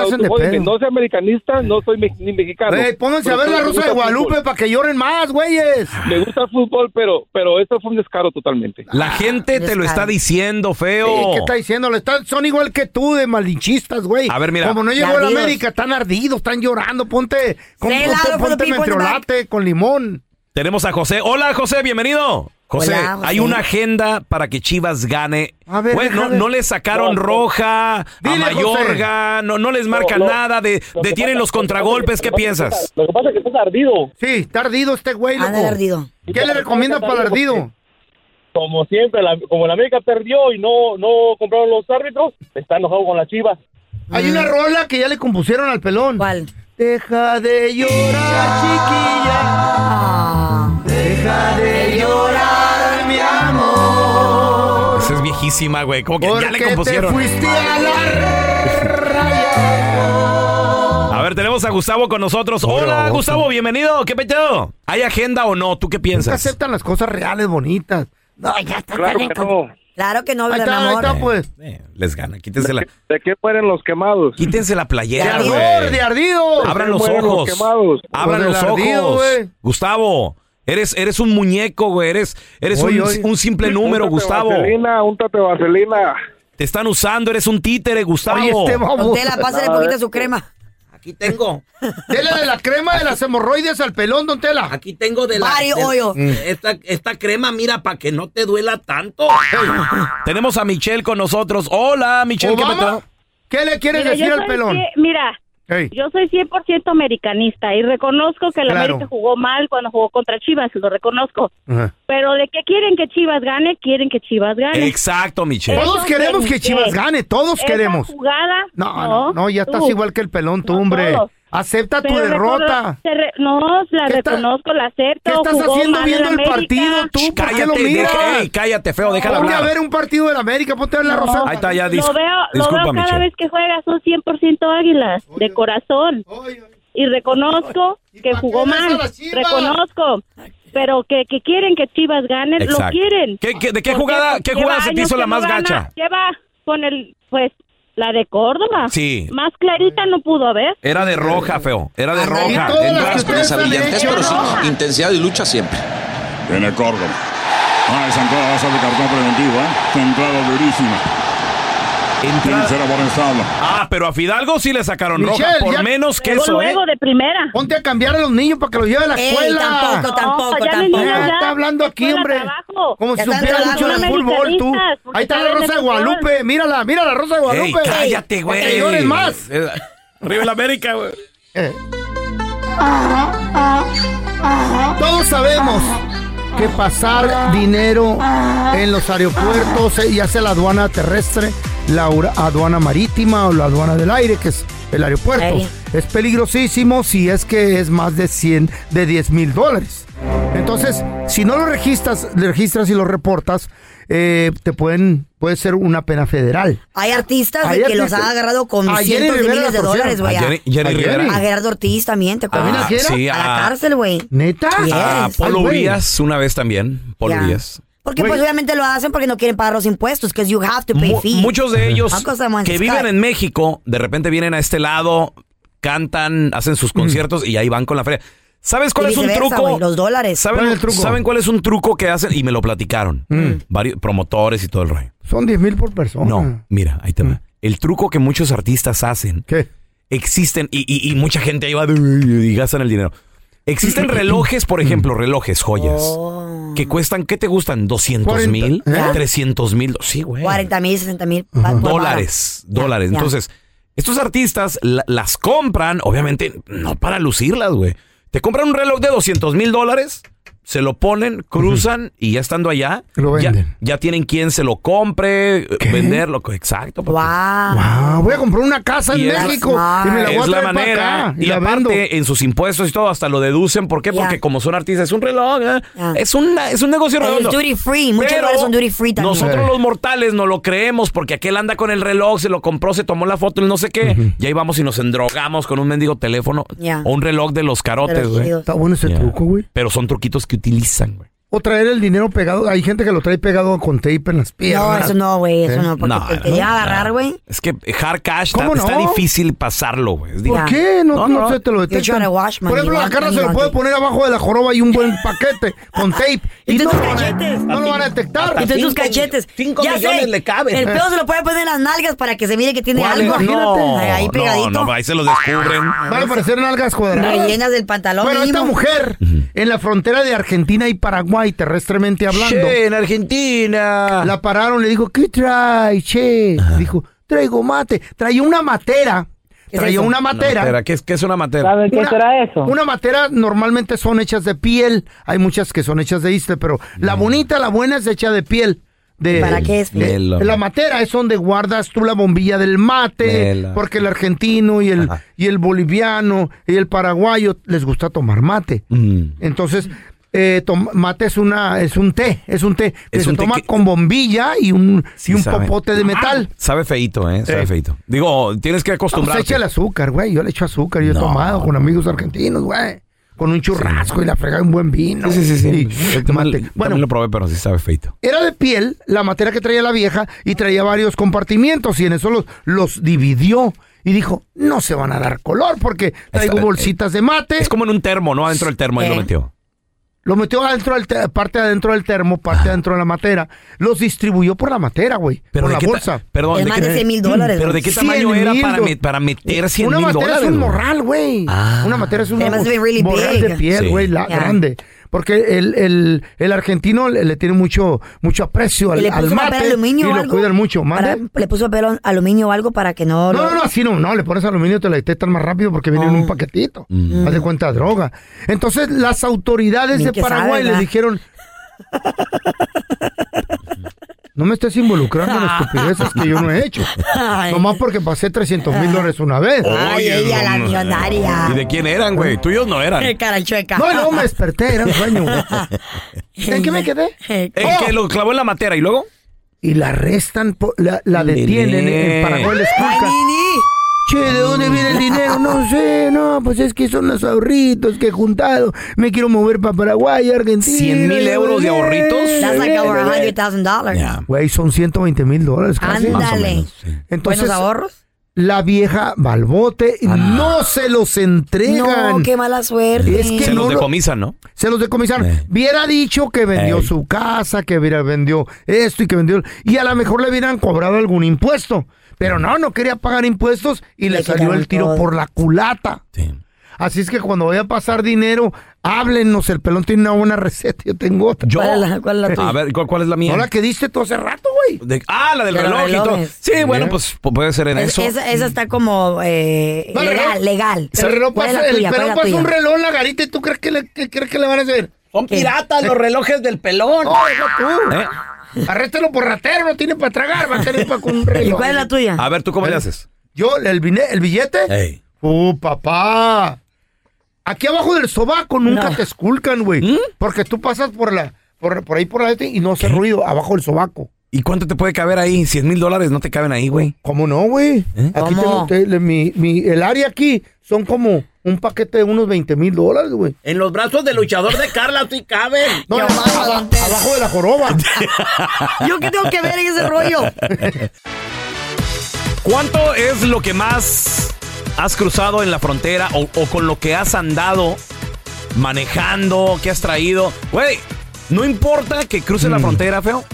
[SPEAKER 4] hacen de
[SPEAKER 9] Óyeme,
[SPEAKER 4] pedo.
[SPEAKER 9] no soy americanista, no soy me- ni mexicano.
[SPEAKER 4] Güey, pónganse a
[SPEAKER 9] Pero
[SPEAKER 4] ver la
[SPEAKER 9] me
[SPEAKER 4] Rosa
[SPEAKER 9] gusta
[SPEAKER 4] de
[SPEAKER 9] el fútbol.
[SPEAKER 4] Guadalupe para que lloren más, güeyes.
[SPEAKER 9] Me gusta el fútbol, pero, pero esto fue un descaro totalmente.
[SPEAKER 2] La gente te lo está diciendo, feo.
[SPEAKER 4] Sí, ¿Qué está diciendo? Le están- son igual que tú de malinchistas, güey.
[SPEAKER 2] A ver, mira.
[SPEAKER 4] Como no
[SPEAKER 2] Y
[SPEAKER 4] llegó a la
[SPEAKER 2] ardidos.
[SPEAKER 4] América, están ardidos, están llorando. Ponte, con,
[SPEAKER 3] Say
[SPEAKER 4] ponte,
[SPEAKER 3] hello for the
[SPEAKER 4] ponte
[SPEAKER 3] people in the
[SPEAKER 4] mentriolate con limón.
[SPEAKER 2] Tenemos a José. Hola, José, bienvenido. José,
[SPEAKER 4] Hola, José.
[SPEAKER 2] hay una agenda para que Chivas gane.
[SPEAKER 4] A ver,
[SPEAKER 2] Güey,
[SPEAKER 4] deja
[SPEAKER 2] no,
[SPEAKER 4] ver.
[SPEAKER 2] no le sacaron
[SPEAKER 4] No,
[SPEAKER 2] roja a
[SPEAKER 4] Dile,
[SPEAKER 2] Mayorga, no, no les marcan
[SPEAKER 4] No, no.
[SPEAKER 2] nada, de,
[SPEAKER 4] Lo que
[SPEAKER 2] detienen
[SPEAKER 4] pasa-
[SPEAKER 2] los contragolpes. ¿Qué piensas?
[SPEAKER 9] Lo que pasa es que estás ardido.
[SPEAKER 4] Sí, está ardido este güey, loco.
[SPEAKER 3] Anda ardido.
[SPEAKER 4] ¿Qué le recomiendas para el ardido?
[SPEAKER 8] Como siempre, la- como la América perdió y no, no compraron los árbitros, está enojado con la Chivas.
[SPEAKER 2] Mm.
[SPEAKER 3] Eh.
[SPEAKER 4] Hay una rola que ya le compusieron al pelón. ¿Cuál? Deja de llorar,
[SPEAKER 3] Ah.
[SPEAKER 4] chiquilla. Deja de llorar, mi amor.
[SPEAKER 2] Esa es viejísima, güey. Como que ya le
[SPEAKER 4] Porque te
[SPEAKER 2] compusieron.
[SPEAKER 4] fuiste a la
[SPEAKER 2] A ver, tenemos a Gustavo con nosotros.
[SPEAKER 4] Hola,
[SPEAKER 2] Hola,
[SPEAKER 4] Gustavo.
[SPEAKER 2] Gustavo, bienvenido. ¿Qué peteo? ¿Hay agenda o no? ¿Tú qué
[SPEAKER 4] Nunca
[SPEAKER 2] piensas?
[SPEAKER 4] aceptan las cosas reales, bonitas. No, ya está.
[SPEAKER 9] Claro que no.
[SPEAKER 3] Claro que no,
[SPEAKER 4] Ahí
[SPEAKER 3] mi
[SPEAKER 4] está, ahí
[SPEAKER 3] amor.
[SPEAKER 4] está, pues.
[SPEAKER 2] Les gana. Quítense la,
[SPEAKER 9] ¿De qué mueren los quemados?
[SPEAKER 2] quítense la playera,
[SPEAKER 4] De
[SPEAKER 2] güey.
[SPEAKER 4] ardor, de ardido.
[SPEAKER 2] Abran los
[SPEAKER 4] Bueno,
[SPEAKER 2] ojos.
[SPEAKER 4] quemados.
[SPEAKER 2] Abran
[SPEAKER 4] Por
[SPEAKER 2] los
[SPEAKER 4] el
[SPEAKER 2] ojos.
[SPEAKER 4] ardido, güey.
[SPEAKER 2] Gustavo, eres, eres un muñeco, güey. Eres, eres
[SPEAKER 9] Oy,
[SPEAKER 2] un,
[SPEAKER 9] oy.
[SPEAKER 2] un simple número,
[SPEAKER 9] Úntate
[SPEAKER 2] Gustavo.
[SPEAKER 9] Vaselina, úntate vaselina.
[SPEAKER 2] Te están usando, eres un títere, Gustavo.
[SPEAKER 4] este
[SPEAKER 3] Tela, pásale
[SPEAKER 9] Nada de
[SPEAKER 3] poquito su crema.
[SPEAKER 4] Aquí tengo. Dele de la crema de las hemorroides al pelón, don Tela.
[SPEAKER 2] Aquí tengo de Mm.
[SPEAKER 3] la- Body de- oil.
[SPEAKER 2] Esta, crema, mira, para que no te duela tanto. Tenemos a Michelle con nosotros. Hola, Michelle, ¿qué
[SPEAKER 4] Obama,
[SPEAKER 2] peteo?
[SPEAKER 4] ¿Qué le quieres
[SPEAKER 13] Mira, yo
[SPEAKER 4] decir al
[SPEAKER 13] soy
[SPEAKER 4] pelón?
[SPEAKER 13] cien- Mira,
[SPEAKER 4] Ey.
[SPEAKER 13] yo soy 100% americanista y reconozco que el
[SPEAKER 4] Claro.
[SPEAKER 13] América jugó mal cuando jugó contra Chivas, lo reconozco.
[SPEAKER 4] Ajá.
[SPEAKER 13] Pero de que quieren que Chivas gane, quieren que Chivas gane.
[SPEAKER 2] Exacto, Michelle.
[SPEAKER 4] Todos queremos que Chivas gane, todos
[SPEAKER 13] Esa
[SPEAKER 4] queremos.
[SPEAKER 13] jugada,
[SPEAKER 4] No, no, no, ya estás
[SPEAKER 13] tú.
[SPEAKER 4] igual que el pelón, tú, hombre.
[SPEAKER 13] todos.
[SPEAKER 4] Acepta tu
[SPEAKER 13] Pero recono-
[SPEAKER 4] derrota.
[SPEAKER 13] se re- no, la
[SPEAKER 4] ¿Qué está-
[SPEAKER 13] reconozco, la acepto.
[SPEAKER 4] ¿Qué estás
[SPEAKER 13] jugó
[SPEAKER 4] haciendo
[SPEAKER 13] mal
[SPEAKER 4] viendo el
[SPEAKER 13] América.
[SPEAKER 4] partido tú? ¿Por qué lo
[SPEAKER 2] Cállate,
[SPEAKER 4] miras?
[SPEAKER 2] deja- ey, cállate, feo, déjala
[SPEAKER 4] Ponte
[SPEAKER 2] hablar.
[SPEAKER 4] a ver un partido del América, ponte a ver la
[SPEAKER 13] No.
[SPEAKER 4] rosa.
[SPEAKER 2] Ahí está, ya, dis-
[SPEAKER 13] lo veo, lo
[SPEAKER 2] disculpa,
[SPEAKER 13] veo cada
[SPEAKER 2] Michelle.
[SPEAKER 13] vez que juega, son 100% águilas, de corazón. Y reconozco que jugó mal, reconozco. Pero que, que quieren que Chivas gane, lo
[SPEAKER 2] Exacto.
[SPEAKER 13] quieren.
[SPEAKER 2] ¿Qué- qué- de qué
[SPEAKER 13] Porque,
[SPEAKER 2] jugada-
[SPEAKER 13] pues,
[SPEAKER 2] qué
[SPEAKER 13] lleva
[SPEAKER 2] jugada se te
[SPEAKER 13] años
[SPEAKER 2] hizo
[SPEAKER 13] que
[SPEAKER 2] la
[SPEAKER 13] no
[SPEAKER 2] más
[SPEAKER 13] gana.
[SPEAKER 2] gacha?
[SPEAKER 13] Lleva con el, pues, la de Córdoba.
[SPEAKER 2] Sí.
[SPEAKER 13] Más clarita no pudo haber.
[SPEAKER 2] Era de roja, feo. Era de roja.
[SPEAKER 7] Entradas con esa brillantez, pero sí,
[SPEAKER 13] roja.
[SPEAKER 7] intensidad y lucha siempre.
[SPEAKER 5] Tiene Córdoba. Ah, esa entrada va a ser de cartón preventivo, ¿eh? Entrada durísima. Tercera por ensala.
[SPEAKER 2] Ah, pero a Fidalgo sí le sacaron roja.
[SPEAKER 4] Michelle,
[SPEAKER 2] Por
[SPEAKER 4] ya-
[SPEAKER 2] menos que
[SPEAKER 4] Luego,
[SPEAKER 2] eso, ¿eh?
[SPEAKER 4] luego
[SPEAKER 13] de primera.
[SPEAKER 4] Ponte a cambiar a los niños para que los lleve a la
[SPEAKER 3] Ey,
[SPEAKER 4] escuela.
[SPEAKER 3] tampoco,
[SPEAKER 13] pues
[SPEAKER 3] tampoco,
[SPEAKER 4] ya
[SPEAKER 3] tampoco.
[SPEAKER 4] me
[SPEAKER 3] Ya,
[SPEAKER 4] está hablando aquí, hombre.
[SPEAKER 13] trabajo.
[SPEAKER 4] Como
[SPEAKER 3] Ya
[SPEAKER 4] si
[SPEAKER 3] están
[SPEAKER 4] supiera mucho
[SPEAKER 3] trabajando.
[SPEAKER 4] de
[SPEAKER 3] Son
[SPEAKER 4] fútbol tú.
[SPEAKER 3] americanistas, porque
[SPEAKER 4] Ahí está la
[SPEAKER 3] saben de
[SPEAKER 4] Rosa de
[SPEAKER 3] fútbol.
[SPEAKER 4] Guadalupe. Mírala, mira la Rosa de
[SPEAKER 2] Ey,
[SPEAKER 4] Guadalupe.
[SPEAKER 2] cállate, güey.
[SPEAKER 4] Para que llores más.
[SPEAKER 2] Eh, Arriba la América, güey.
[SPEAKER 3] Ah,
[SPEAKER 4] Todos sabemos que pasar dinero en los aeropuertos, eh, ya sea la aduana terrestre, la ura- aduana marítima o la aduana del aire, que es el aeropuerto,
[SPEAKER 3] Ey.
[SPEAKER 4] es peligrosísimo si es que es más de 100, de 10 mil dólares. Entonces, si no lo registras, le registras y lo reportas, eh, te pueden, puede ser una pena federal.
[SPEAKER 3] Hay artistas de
[SPEAKER 4] Hay
[SPEAKER 3] que los
[SPEAKER 4] artistas.
[SPEAKER 3] han agarrado con
[SPEAKER 4] A Jenny
[SPEAKER 3] cientos de
[SPEAKER 4] Rivera
[SPEAKER 3] miles
[SPEAKER 4] la
[SPEAKER 3] de
[SPEAKER 4] torcieron.
[SPEAKER 3] dólares, güey.
[SPEAKER 2] A Jenny-
[SPEAKER 3] a-
[SPEAKER 2] Jenny Rivera.
[SPEAKER 3] A Gerardo Ortiz también, ¿te acuerdas?
[SPEAKER 2] Ah, sí,
[SPEAKER 3] a
[SPEAKER 2] ah.
[SPEAKER 3] la cárcel, güey.
[SPEAKER 4] ¿Neta?
[SPEAKER 2] Ah,
[SPEAKER 3] Yes.
[SPEAKER 2] Polo
[SPEAKER 3] Ay, güey.
[SPEAKER 2] Urias una vez también. Polo
[SPEAKER 3] Ya.
[SPEAKER 2] Urias.
[SPEAKER 3] Porque pues obviamente lo hacen porque no quieren pagar los impuestos, que you have to pay
[SPEAKER 2] Mu-
[SPEAKER 3] fees.
[SPEAKER 2] muchos de ellos
[SPEAKER 3] How come someone's
[SPEAKER 2] que viven
[SPEAKER 3] Sky?
[SPEAKER 2] en México, de repente vienen a este lado, cantan, hacen sus conciertos y ahí van con la feria. ¿Sabes cuál
[SPEAKER 3] Y
[SPEAKER 2] es un
[SPEAKER 3] viceversa,
[SPEAKER 2] truco?
[SPEAKER 3] güey, los dólares.
[SPEAKER 2] ¿Saben,
[SPEAKER 3] ¿Cuál es el truco? Mm.
[SPEAKER 2] saben cuál es un truco que hacen? Y me lo platicaron. Varios promotores y todo el rollo.
[SPEAKER 4] Son 10 mil por persona. Mm.
[SPEAKER 2] No, mira, ahí te va. El truco que muchos artistas hacen.
[SPEAKER 4] ¿Qué?
[SPEAKER 2] Existen, y, y- y mucha gente ahí va de- y gastan el dinero. Existen relojes,
[SPEAKER 3] Mm.
[SPEAKER 2] por ejemplo, relojes, joyas, que cuestan, ¿qué te gustan? ¿200 mil?
[SPEAKER 3] Oh. ¿eh?
[SPEAKER 2] ¿300 mil? Sí, güey.
[SPEAKER 3] 40 mil, 60 mil.
[SPEAKER 2] Dólares, dólares.
[SPEAKER 3] ya.
[SPEAKER 2] Entonces, estos artistas la- las compran, obviamente, no para lucirlas, güey. Te compran un reloj de 200 mil dólares, se lo ponen, cruzan y ya estando allá,
[SPEAKER 4] Lo
[SPEAKER 2] ya,
[SPEAKER 4] venden.
[SPEAKER 2] ya tienen quien se lo compre, eh, venderlo. Exacto. papi.
[SPEAKER 4] Ah, voy a comprar una casa
[SPEAKER 2] Y
[SPEAKER 4] en
[SPEAKER 2] es-
[SPEAKER 4] México y me la voy a
[SPEAKER 2] es la
[SPEAKER 4] traer para
[SPEAKER 2] manera.
[SPEAKER 4] acá
[SPEAKER 2] Y,
[SPEAKER 4] la
[SPEAKER 2] aparte,
[SPEAKER 4] vendo.
[SPEAKER 2] en sus impuestos y todo, hasta lo deducen. ¿Por qué?
[SPEAKER 3] Ya.
[SPEAKER 2] Porque como son artistas, es un reloj. ¿eh? Es, una, es un negocio
[SPEAKER 3] El
[SPEAKER 2] redondo.
[SPEAKER 3] duty free, muchos
[SPEAKER 2] Pero
[SPEAKER 3] lugares son duty free también.
[SPEAKER 2] Nosotros los mortales no lo creemos porque aquel anda con el reloj, se lo compró, se tomó la foto, el no sé qué. Y ahí vamos y nos endrogamos con un mendigo teléfono
[SPEAKER 4] Ya.
[SPEAKER 2] o un reloj de los carotes, güey.
[SPEAKER 4] Está bueno ese truco, güey.
[SPEAKER 2] Pero son truquitos que utilizan, güey.
[SPEAKER 4] O traer el dinero pegado. Hay gente que lo trae pegado con tape en las
[SPEAKER 3] No,
[SPEAKER 4] piernas.
[SPEAKER 3] eso no, güey, eso
[SPEAKER 4] ¿Eh?
[SPEAKER 3] no. Porque
[SPEAKER 2] No,
[SPEAKER 3] te, te
[SPEAKER 2] no,
[SPEAKER 3] llega a
[SPEAKER 2] no.
[SPEAKER 3] agarrar, güey.
[SPEAKER 2] Es que hard cash está,
[SPEAKER 4] ¿Cómo no?
[SPEAKER 2] está difícil pasarlo, güey. Es
[SPEAKER 4] ¿Por
[SPEAKER 2] difícil.
[SPEAKER 4] qué? No, no, sé, te lo
[SPEAKER 3] You
[SPEAKER 4] detectan.
[SPEAKER 3] try to wash, man,
[SPEAKER 4] Por ejemplo,
[SPEAKER 3] you
[SPEAKER 4] la
[SPEAKER 3] want
[SPEAKER 4] cara
[SPEAKER 3] money,
[SPEAKER 4] se lo
[SPEAKER 3] you
[SPEAKER 4] puede
[SPEAKER 3] want
[SPEAKER 4] poner abajo de la joroba y un buen paquete con tape. Y, no,
[SPEAKER 3] tus
[SPEAKER 4] lo van a-
[SPEAKER 3] cachetes.
[SPEAKER 4] no lo van a detectar.
[SPEAKER 3] Y tú tus cachetes.
[SPEAKER 4] cinco
[SPEAKER 3] Ya
[SPEAKER 4] millones
[SPEAKER 3] sé,
[SPEAKER 4] le caben.
[SPEAKER 3] El pedo se lo puede poner en las nalgas para que se mire que tiene
[SPEAKER 2] ¿Cuál
[SPEAKER 3] algo.
[SPEAKER 2] es? No,
[SPEAKER 3] ahí pegadito.
[SPEAKER 2] no, no, ahí se los descubren.
[SPEAKER 4] Van a aparecer nalgas cuadradas.
[SPEAKER 3] Rellenas del pantalón.
[SPEAKER 4] Bueno, esta
[SPEAKER 3] mínimo.
[SPEAKER 4] mujer en la frontera de Argentina y Paraguay, terrestremente hablando.
[SPEAKER 2] Che, en Argentina.
[SPEAKER 4] La pararon, le dijo, ¿qué trae, che? Dijo, traigo mate. Traía una matera.
[SPEAKER 2] ¿Qué es
[SPEAKER 4] Traía
[SPEAKER 2] eso?
[SPEAKER 4] una matera.
[SPEAKER 2] ¿Qué es, qué es una matera?
[SPEAKER 4] Una- Una matera normalmente
[SPEAKER 2] Mm.
[SPEAKER 4] son hechas de piel. Hay muchas que son hechas de iste, pero la bonita, la buena es hecha de piel. de-
[SPEAKER 3] ¿Para qué es?
[SPEAKER 4] de-
[SPEAKER 3] Melo.
[SPEAKER 4] la matera es donde guardas tú la bombilla del mate,
[SPEAKER 3] Melo.
[SPEAKER 4] porque el argentino y el, y el boliviano y el paraguayo les gusta tomar mate.
[SPEAKER 2] Mm.
[SPEAKER 4] Entonces, eh, tom- mate es una es un té, es un té que
[SPEAKER 2] Es
[SPEAKER 4] se
[SPEAKER 2] un té
[SPEAKER 4] toma
[SPEAKER 2] que-
[SPEAKER 4] con bombilla y un, y un
[SPEAKER 2] sabe.
[SPEAKER 4] popote de metal.
[SPEAKER 2] Sabe feito, ¿eh? Sabe
[SPEAKER 4] Eh.
[SPEAKER 2] feito. Digo, tienes que
[SPEAKER 4] No, pues
[SPEAKER 2] acostumbrarte.
[SPEAKER 4] echa el azúcar, güey. Yo le echo azúcar, yo he
[SPEAKER 2] No.
[SPEAKER 4] tomado con amigos argentinos, güey. Con un churrasco y la fregada un buen vino.
[SPEAKER 2] Sí, sí, sí. sí.
[SPEAKER 4] Y-
[SPEAKER 2] Yo también,
[SPEAKER 4] mate.
[SPEAKER 2] también lo probé, pero sí sabe feito.
[SPEAKER 4] Era de piel, la matera que traía la vieja, y traía varios compartimientos, y en eso los, los dividió. Y dijo, no se van a dar color porque traigo
[SPEAKER 2] Está-
[SPEAKER 4] bolsitas de mate.
[SPEAKER 2] eh, Es como en un termo, ¿no? Adentro del termo ahí
[SPEAKER 4] Eh.
[SPEAKER 2] lo metió.
[SPEAKER 4] Lo metió adentro del te- parte adentro del termo, parte adentro de la matera. Los distribuyó por la matera, güey.
[SPEAKER 2] Ah. Pero
[SPEAKER 4] Por
[SPEAKER 2] de
[SPEAKER 4] la
[SPEAKER 2] qué ta-
[SPEAKER 4] bolsa.
[SPEAKER 2] perdón, Es ¿de más qué- de 100 mil dólares,
[SPEAKER 4] Mm,
[SPEAKER 2] ¿Pero de qué tamaño
[SPEAKER 4] 100
[SPEAKER 2] era
[SPEAKER 4] mil
[SPEAKER 2] para
[SPEAKER 4] do-
[SPEAKER 2] me- para meter 100
[SPEAKER 4] Una
[SPEAKER 2] mil
[SPEAKER 4] matera es
[SPEAKER 2] dólares,
[SPEAKER 4] un
[SPEAKER 2] güey?
[SPEAKER 4] morral, güey.
[SPEAKER 2] Ah.
[SPEAKER 4] Una matera es un
[SPEAKER 2] It must be really
[SPEAKER 4] morral
[SPEAKER 2] big.
[SPEAKER 4] de piel,
[SPEAKER 2] Sí.
[SPEAKER 4] güey, la-
[SPEAKER 2] Yeah.
[SPEAKER 4] grande. Porque el, el, el argentino le, le tiene mucho, mucho aprecio
[SPEAKER 3] ¿Y
[SPEAKER 4] al,
[SPEAKER 3] le
[SPEAKER 4] al
[SPEAKER 3] puso papel
[SPEAKER 4] mate
[SPEAKER 3] aluminio
[SPEAKER 4] y
[SPEAKER 3] o
[SPEAKER 4] lo
[SPEAKER 3] algo?
[SPEAKER 4] cuidan mucho. ¿Mande?
[SPEAKER 3] Para- ¿Le puso papel aluminio o algo para que no...
[SPEAKER 4] No, no, no, así no, no, le pones aluminio y te la detectan más rápido porque viene
[SPEAKER 3] Ah.
[SPEAKER 4] en un paquetito.
[SPEAKER 2] Mm.
[SPEAKER 4] Haz de cuenta droga. Entonces, las autoridades
[SPEAKER 3] Ni
[SPEAKER 4] de
[SPEAKER 3] que sabe,
[SPEAKER 4] Paraguay les
[SPEAKER 3] ¿verdad?
[SPEAKER 4] dijeron. No me estés involucrando en estupideces que yo no he hecho.
[SPEAKER 3] Ay. Ah.
[SPEAKER 4] Nomás porque pasé 300 mil dólares una vez.
[SPEAKER 3] Ay, ella, la millonaria.
[SPEAKER 2] ¿Y de quién eran, güey? Tuyos no eran.
[SPEAKER 3] Eh, Cara chueca.
[SPEAKER 4] No, no, me desperté, era un sueño. güey. ¿En qué me quedé?
[SPEAKER 2] El que lo clavó en la matera y luego.
[SPEAKER 4] Y la arrestan, po- la, la detienen en Paraguay, les culcan. Che, ¿de dónde viene el dinero? No sé, no, pues es que son los ahorritos que he juntado. Me quiero mover para Paraguay, Argentina.
[SPEAKER 2] ¿Cien mil euros de ahorritos?
[SPEAKER 3] That's like over $100,000.
[SPEAKER 4] Güey, son 120 mil dólares casi.
[SPEAKER 3] Más o menos,
[SPEAKER 4] Entonces,
[SPEAKER 3] ¿Buenos ahorros? Ah.
[SPEAKER 4] La vieja balbote no se los entregan.
[SPEAKER 3] No, qué mala suerte.
[SPEAKER 4] Es que
[SPEAKER 2] Se
[SPEAKER 4] no
[SPEAKER 2] los
[SPEAKER 4] lo-
[SPEAKER 2] decomisan, ¿no?
[SPEAKER 4] se los decomisaron. Hubiera dicho que vendió
[SPEAKER 2] Eh. Ey.
[SPEAKER 4] su casa, que hubiera vendió esto y que vendió. Y a lo mejor le hubieran cobrado algún impuesto. Pero no, no quería pagar impuestos y le, salió
[SPEAKER 2] quitaron
[SPEAKER 4] el tiro
[SPEAKER 2] todo.
[SPEAKER 4] por la culata. Así es que cuando vaya a pasar dinero, háblenos. El pelón tiene una buena receta, yo tengo otra.
[SPEAKER 2] Yo- ¿Cuál es la- cuál es la tuya? A ver, ¿cuál- cuál es la mía?
[SPEAKER 4] No la que diste tú hace rato, güey.
[SPEAKER 2] De- ah, la del
[SPEAKER 4] De los
[SPEAKER 2] reloj y todo.
[SPEAKER 4] relojes.
[SPEAKER 2] Sí, bueno,
[SPEAKER 4] Yeah.
[SPEAKER 2] pues pu- puede ser en
[SPEAKER 3] Es-
[SPEAKER 2] eso.
[SPEAKER 3] esa, esa está como eh,
[SPEAKER 4] Vale,
[SPEAKER 3] legal,
[SPEAKER 4] ¿no?
[SPEAKER 3] legal.
[SPEAKER 4] El reloj
[SPEAKER 3] ¿Cuál es la
[SPEAKER 4] pasa, el
[SPEAKER 3] tuya? ¿Cuál es
[SPEAKER 4] pelón
[SPEAKER 3] la
[SPEAKER 4] pasa
[SPEAKER 3] tuya?
[SPEAKER 4] un reloj en la garita y tú crees que le, que- crees que le van a hacer. Son
[SPEAKER 3] ¿Qué? ¿Eh? piratas los
[SPEAKER 4] relojes del pelón. No, deja tú. Arréstalo por ratero, no tiene para tragar, va a tener para con un reloj.
[SPEAKER 3] ¿Y cuál es la tuya?
[SPEAKER 2] A ver, ¿tú cómo le haces?
[SPEAKER 4] Yo, el, bine- el billete.
[SPEAKER 2] Ey.
[SPEAKER 4] Uh, papá. Aquí abajo del sobaco nunca te esculcan, güey.
[SPEAKER 3] ¿Mm?
[SPEAKER 4] Porque tú pasas por la, por, por ahí por la este y no hace ruido abajo del sobaco.
[SPEAKER 2] ¿Y cuánto te puede caber ahí? 100 mil dólares no te caben ahí, güey. ¿Eh?
[SPEAKER 4] ¿Cómo no, güey? Aquí tengo, te- le- mi, mi- el área aquí son como un paquete de unos 20 mil dólares, güey.
[SPEAKER 14] En los brazos del luchador de Carla, sí caben.
[SPEAKER 4] No, no, aba- abajo de la joroba.
[SPEAKER 3] ¿Yo qué tengo que ver en ese rollo?
[SPEAKER 2] ¿Cuánto es lo que más has cruzado en la frontera o, o con lo que has andado manejando, que has traído? Güey, no importa que cruces
[SPEAKER 4] Mm.
[SPEAKER 2] la frontera, feo.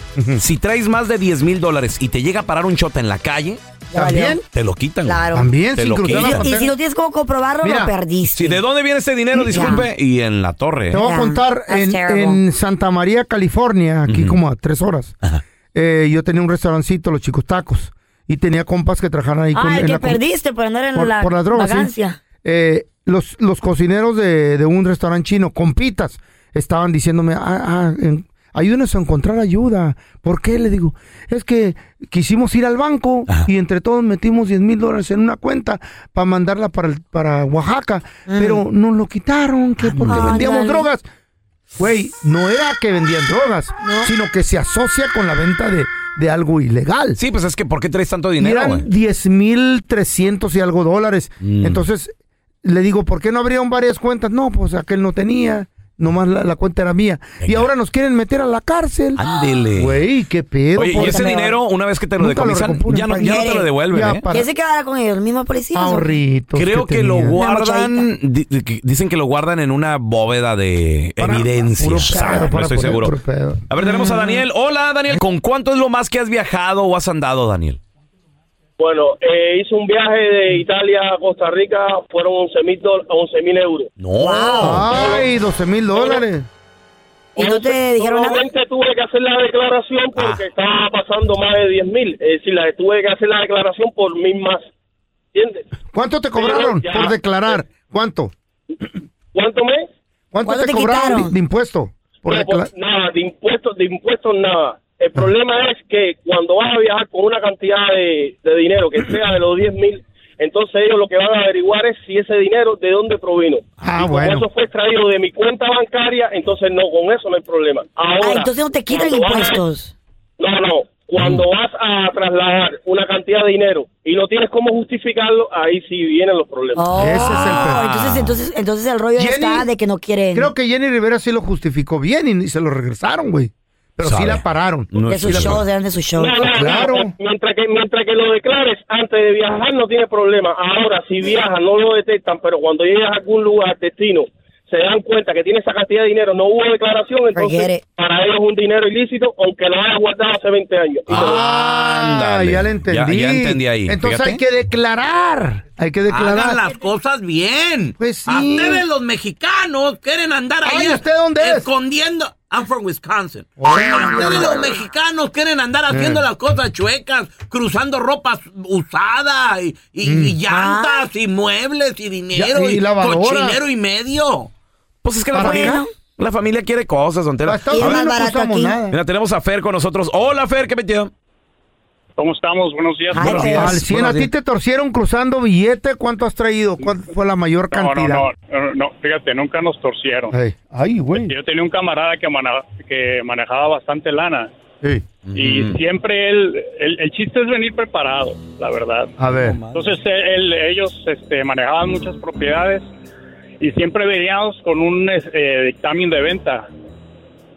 [SPEAKER 2] Si traes más de 10 mil dólares y te llega a parar un chota en la calle,
[SPEAKER 3] Ya valió. ¿También?
[SPEAKER 2] te lo quitan. güey.
[SPEAKER 3] Claro.
[SPEAKER 2] te lo quitan.
[SPEAKER 3] Y, y si no tienes cómo comprobarlo, lo perdiste.
[SPEAKER 2] Si de dónde viene este dinero, disculpe, y en la torre. ¿eh?
[SPEAKER 4] Te voy a contar, en, en Santa María, California, aquí como a tres horas, eh, yo tenía un restaurancito, los chicos tacos, y tenía compas que trabajaban ahí con,
[SPEAKER 3] Ah, el
[SPEAKER 4] en
[SPEAKER 3] que
[SPEAKER 4] la com-
[SPEAKER 3] perdiste por andar en
[SPEAKER 4] por,
[SPEAKER 3] la,
[SPEAKER 4] por las drogas, sí.
[SPEAKER 3] vagancia.
[SPEAKER 4] Eh, los, los cocineros de, de un restaurante chino, compitas, estaban diciéndome, ah, ah, en- ayúdenos a encontrar ayuda. ¿Por qué? Le digo, es que quisimos ir al banco y entre todos metimos 10 mil dólares en una cuenta para mandarla para, el- para Oaxaca, pero nos lo quitaron,
[SPEAKER 2] Ah,
[SPEAKER 4] que porque
[SPEAKER 14] no.
[SPEAKER 4] vendíamos
[SPEAKER 14] Ándale.
[SPEAKER 4] drogas. Güey, no era que vendían drogas, sino que se asocia con la venta de, de algo ilegal.
[SPEAKER 2] Sí, pues es que ¿por qué traes tanto
[SPEAKER 4] Y
[SPEAKER 2] dinero, güey? Mm.
[SPEAKER 4] eran 10,300 y algo dólares. Entonces, le digo, ¿por qué no abrieron varias cuentas? No, pues aquel no tenía. Nomás la, la cuenta era mía. Y ahora nos quieren meter a la cárcel.
[SPEAKER 2] Ándele.
[SPEAKER 4] Güey, qué pedo.
[SPEAKER 2] Oye, y
[SPEAKER 4] pobre.
[SPEAKER 2] ese dinero, una vez que te lo
[SPEAKER 4] Nunca lo
[SPEAKER 2] decomisan,
[SPEAKER 4] recomponen,
[SPEAKER 2] ya, no,
[SPEAKER 4] padre.
[SPEAKER 2] ya no te lo devuelven,
[SPEAKER 4] Ya
[SPEAKER 2] ¿eh?
[SPEAKER 4] para-
[SPEAKER 3] ¿Qué se quedará con ellos? ¿El mismo
[SPEAKER 4] Ah,
[SPEAKER 3] policía?
[SPEAKER 4] Ahorritos
[SPEAKER 2] Creo que, lo
[SPEAKER 4] tenía.
[SPEAKER 2] guardan, di- di- que- dicen que lo guardan en una bóveda de evidencia.
[SPEAKER 4] puro pedo,
[SPEAKER 2] no
[SPEAKER 4] para
[SPEAKER 2] estoy
[SPEAKER 4] poner
[SPEAKER 2] seguro.
[SPEAKER 4] puro pedo. Mm.
[SPEAKER 2] A ver, tenemos a Daniel. Hola, Daniel. ¿Con cuánto es lo más que has viajado o has andado, Daniel?
[SPEAKER 15] Bueno, eh, hice un viaje de Italia a Costa Rica, fueron 11 mil euros.
[SPEAKER 2] No.
[SPEAKER 4] Ay, 12 mil dólares.
[SPEAKER 3] ¿Y no te dijeron Ah. nada?
[SPEAKER 15] Solamente tuve que hacer la declaración porque estaba pasando más de 10 mil. Es decir, la, tuve que hacer la declaración por mil más. ¿Entiendes?
[SPEAKER 4] ¿Cuánto te cobraron
[SPEAKER 15] ya.
[SPEAKER 4] por declarar? ¿Cuánto?
[SPEAKER 15] ¿Cuánto me?
[SPEAKER 4] ¿Cuánto,
[SPEAKER 15] ¿Cuánto
[SPEAKER 4] te,
[SPEAKER 15] te
[SPEAKER 4] cobraron
[SPEAKER 15] quitaron?
[SPEAKER 4] de, de impuesto? Por
[SPEAKER 15] No,
[SPEAKER 4] declarar?
[SPEAKER 15] por- nada, de impuestos, de impuestos nada. El problema es que cuando vas a viajar con una cantidad de, de dinero que sea de los 10 mil, entonces ellos lo que van a averiguar es si ese dinero de dónde provino.
[SPEAKER 4] Ah,
[SPEAKER 15] Como Eso fue extraído de mi cuenta bancaria, entonces no, con eso no hay problema. Ahora,
[SPEAKER 3] Ah, entonces no te quitan
[SPEAKER 15] cuando vas a-
[SPEAKER 3] impuestos.
[SPEAKER 15] no, no. Cuando vas a trasladar una cantidad de dinero y no tienes cómo justificarlo, ahí sí vienen los problemas.
[SPEAKER 3] Ah, entonces, entonces, entonces el rollo está de que no quieren.
[SPEAKER 4] Creo que Jenny Rivera sí lo justificó bien y, y se lo regresaron, güey. Pero sí
[SPEAKER 15] Sabe.
[SPEAKER 4] la pararon.
[SPEAKER 3] No De sus existe. shows, eran de sus shows.
[SPEAKER 15] No, no, no,
[SPEAKER 4] Claro.
[SPEAKER 15] Mientras que, mientras que lo declares antes de viajar no tiene problema. Ahora, si viajas no lo detectan, pero cuando llegas a algún lugar, destino, se dan cuenta que tiene esa cantidad de dinero, no hubo declaración,
[SPEAKER 3] Forget
[SPEAKER 15] entonces
[SPEAKER 3] it.
[SPEAKER 15] para ellos es un dinero ilícito, aunque lo hayas guardado hace 20 años. Y te lo-
[SPEAKER 4] Ah,
[SPEAKER 2] Ándale.
[SPEAKER 4] ya la entendí.
[SPEAKER 2] Ya, ya entendí ahí.
[SPEAKER 4] Entonces
[SPEAKER 2] Fíjate.
[SPEAKER 4] hay que declarar. Hay que declarar.
[SPEAKER 14] Hagan las cosas bien. Pues
[SPEAKER 4] sí.
[SPEAKER 14] A ustedes los mexicanos quieren andar ahí.
[SPEAKER 4] Ay, ¿usted dónde es?
[SPEAKER 14] Escondiendo. I'm from Wisconsin.
[SPEAKER 4] Oh.
[SPEAKER 14] A ustedes los mexicanos quieren andar haciendo
[SPEAKER 4] Eh.
[SPEAKER 14] las cosas chuecas, cruzando ropa usada y, y- y
[SPEAKER 4] Mm.
[SPEAKER 14] llantas y muebles y dinero
[SPEAKER 2] Ya, y
[SPEAKER 14] y,
[SPEAKER 2] lavadora.
[SPEAKER 14] cochinero y medio.
[SPEAKER 2] Pues es que la
[SPEAKER 14] ¿Para
[SPEAKER 2] familia, la familia quiere cosas, don
[SPEAKER 4] Ah,
[SPEAKER 2] Tela.
[SPEAKER 14] Hasta Y es ahora más no barato usamos aquí. nada.
[SPEAKER 2] Mira, tenemos a Fer con nosotros. Hola, Fer, ¿qué metido?
[SPEAKER 16] ¿Cómo estamos? Buenos días.
[SPEAKER 4] Buenos días.
[SPEAKER 2] pues.
[SPEAKER 4] Al 100 a ti te torcieron cruzando billete. ¿Cuánto has traído? ¿Cuál fue la mayor
[SPEAKER 16] No, no,
[SPEAKER 4] cantidad?
[SPEAKER 16] no, no, no, fíjate, nunca nos torcieron.
[SPEAKER 4] Ey. Ay, güey.
[SPEAKER 16] Yo tenía un camarada que, mana- que manejaba bastante lana
[SPEAKER 4] Ey.
[SPEAKER 16] y siempre él, el, el chiste es venir preparado, la verdad.
[SPEAKER 4] A ver.
[SPEAKER 16] Entonces él- ellos este, manejaban muchas propiedades y siempre veníamos con un es- eh, dictamen de venta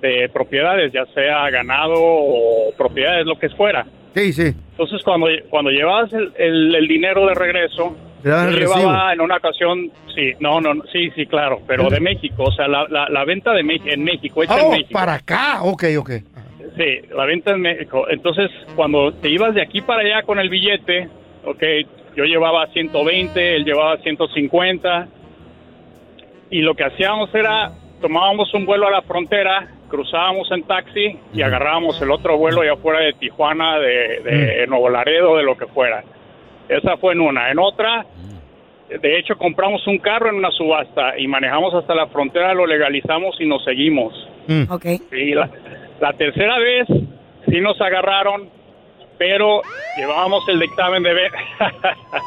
[SPEAKER 16] de propiedades, ya sea ganado o propiedades, lo que fuera.
[SPEAKER 4] Sí, sí.
[SPEAKER 16] Entonces cuando, cuando llevabas el, el- el dinero de regreso,
[SPEAKER 4] Te daban
[SPEAKER 16] yo
[SPEAKER 4] el recibo.
[SPEAKER 16] llevaba en una ocasión, sí, no, no, no, sí, sí, claro, pero de México, o sea, la, la, la venta de Mex- en México, hecha en
[SPEAKER 4] Oh,
[SPEAKER 16] México.
[SPEAKER 4] para acá. Ok, ok.
[SPEAKER 16] Sí, la venta en México. Entonces, cuando te ibas de aquí para allá con el billete, ok, yo llevaba 120, él llevaba 150, y lo que hacíamos era, tomábamos un vuelo a la frontera, cruzábamos en taxi y agarrábamos el otro vuelo ya fuera de Tijuana, de, de Nuevo Laredo, de lo que fuera. Esa fue en una. En otra, de hecho, compramos un carro en una subasta y manejamos hasta la frontera, lo legalizamos y nos seguimos.
[SPEAKER 2] Mm.
[SPEAKER 3] Ok.
[SPEAKER 16] Y la, la tercera vez sí nos agarraron, pero llevábamos el dictamen de venta.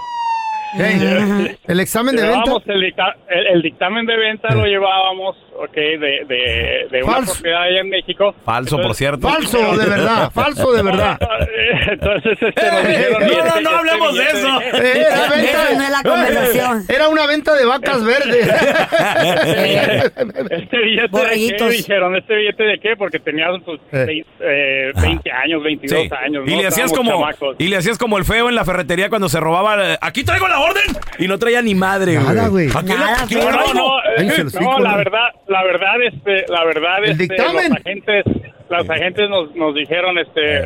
[SPEAKER 4] Ey, El examen de venta.
[SPEAKER 16] Llevábamos el, dicta- el- el dictamen de venta lo llevábamos, ok, de, de, de una
[SPEAKER 4] Falso.
[SPEAKER 16] propiedad allá en México.
[SPEAKER 2] Falso, por cierto.
[SPEAKER 4] Falso, de verdad. Falso, de verdad.
[SPEAKER 16] Entonces, este, nos dijeron,
[SPEAKER 4] no,
[SPEAKER 16] "Mire,
[SPEAKER 4] no,
[SPEAKER 16] este
[SPEAKER 4] no hablemos de
[SPEAKER 16] billete".
[SPEAKER 4] eso. Eh, era venta-
[SPEAKER 3] Esa no es la conversación.
[SPEAKER 4] Era una venta de vacas verdes.
[SPEAKER 16] este billete de qué
[SPEAKER 4] Borreguitos.
[SPEAKER 16] dijeron, este billete de qué, porque tenías pues, vein- eh, 20 años, 22
[SPEAKER 2] Sí.
[SPEAKER 16] años.
[SPEAKER 2] y
[SPEAKER 16] ¿no?
[SPEAKER 2] le hacías
[SPEAKER 16] Estábamos
[SPEAKER 2] como
[SPEAKER 16] chamacos.
[SPEAKER 2] y le hacías como el feo en la ferretería cuando se robaba eh, aquí traigo la orden y no traía ni madre
[SPEAKER 4] Nada, güey.
[SPEAKER 2] Aquí la-
[SPEAKER 4] Nada,
[SPEAKER 2] aquí
[SPEAKER 4] feo.
[SPEAKER 2] la traigo.
[SPEAKER 16] No, eh,
[SPEAKER 4] Cállense los
[SPEAKER 16] no,
[SPEAKER 4] hijos,
[SPEAKER 16] la
[SPEAKER 4] güey.
[SPEAKER 16] verdad, la verdad, este, la verdad,
[SPEAKER 4] ¿El
[SPEAKER 16] este,
[SPEAKER 4] dictamen?
[SPEAKER 16] los agentes, los agentes nos, nos dijeron, este,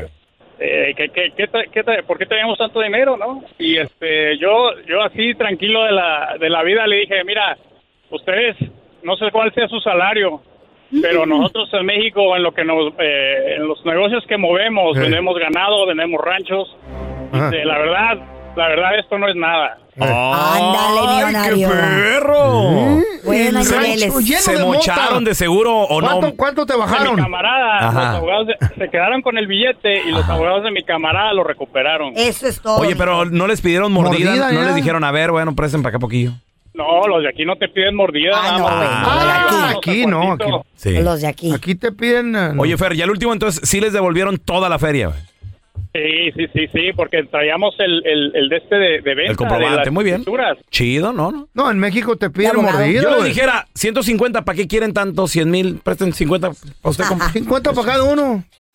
[SPEAKER 16] eh, que, que- que tra- que tra- ¿por qué teníamos tanto dinero, no? Y este, yo, yo así tranquilo de la, de la vida le dije, mira, ustedes, no sé cuál sea su salario,
[SPEAKER 4] Mm.
[SPEAKER 16] pero nosotros en México, en lo que nos, eh, en los negocios que movemos,
[SPEAKER 17] Eh.
[SPEAKER 16] vendemos ganado, vendemos ranchos,
[SPEAKER 17] Ajá.
[SPEAKER 16] dice, la verdad, la verdad, esto no es nada.
[SPEAKER 2] Eh.
[SPEAKER 3] Ándale, millonario.
[SPEAKER 2] perro!
[SPEAKER 3] Bueno, hay
[SPEAKER 16] Rancho
[SPEAKER 3] niveles.
[SPEAKER 16] lleno
[SPEAKER 2] se
[SPEAKER 16] de mota.
[SPEAKER 2] mocharon de seguro o no
[SPEAKER 4] ¿Cuánto te
[SPEAKER 16] bajaron? Mi camarada,
[SPEAKER 2] Ajá.
[SPEAKER 16] los abogados de- se quedaron con el billete y los abogados de mi camarada lo recuperaron.
[SPEAKER 3] Eso es todo.
[SPEAKER 2] oye pero no les pidieron mordida,
[SPEAKER 16] Mordida,
[SPEAKER 2] no
[SPEAKER 16] ya.
[SPEAKER 2] les dijeron a ver bueno presten para acá poquillo
[SPEAKER 16] No, los de aquí no te piden mordida. nada más.
[SPEAKER 4] Ah, aquí no. Aquí.
[SPEAKER 2] Sí.
[SPEAKER 3] Los de aquí.
[SPEAKER 4] Aquí te piden. eh, no.
[SPEAKER 2] oye Fer ya el último entonces sí les devolvieron toda la feria güey.
[SPEAKER 16] Sí, sí, sí, sí, porque traíamos el, el, el de este de, de venta.
[SPEAKER 2] el comprobante
[SPEAKER 16] de las
[SPEAKER 2] muy bien
[SPEAKER 16] escrituras.
[SPEAKER 2] chido no no
[SPEAKER 4] No, en México te piden mordida.
[SPEAKER 2] yo les
[SPEAKER 4] güey.
[SPEAKER 2] dijera 150 para qué quieren tanto 100 mil presten 50 pa' usted compa.
[SPEAKER 4] 50 para cada uno.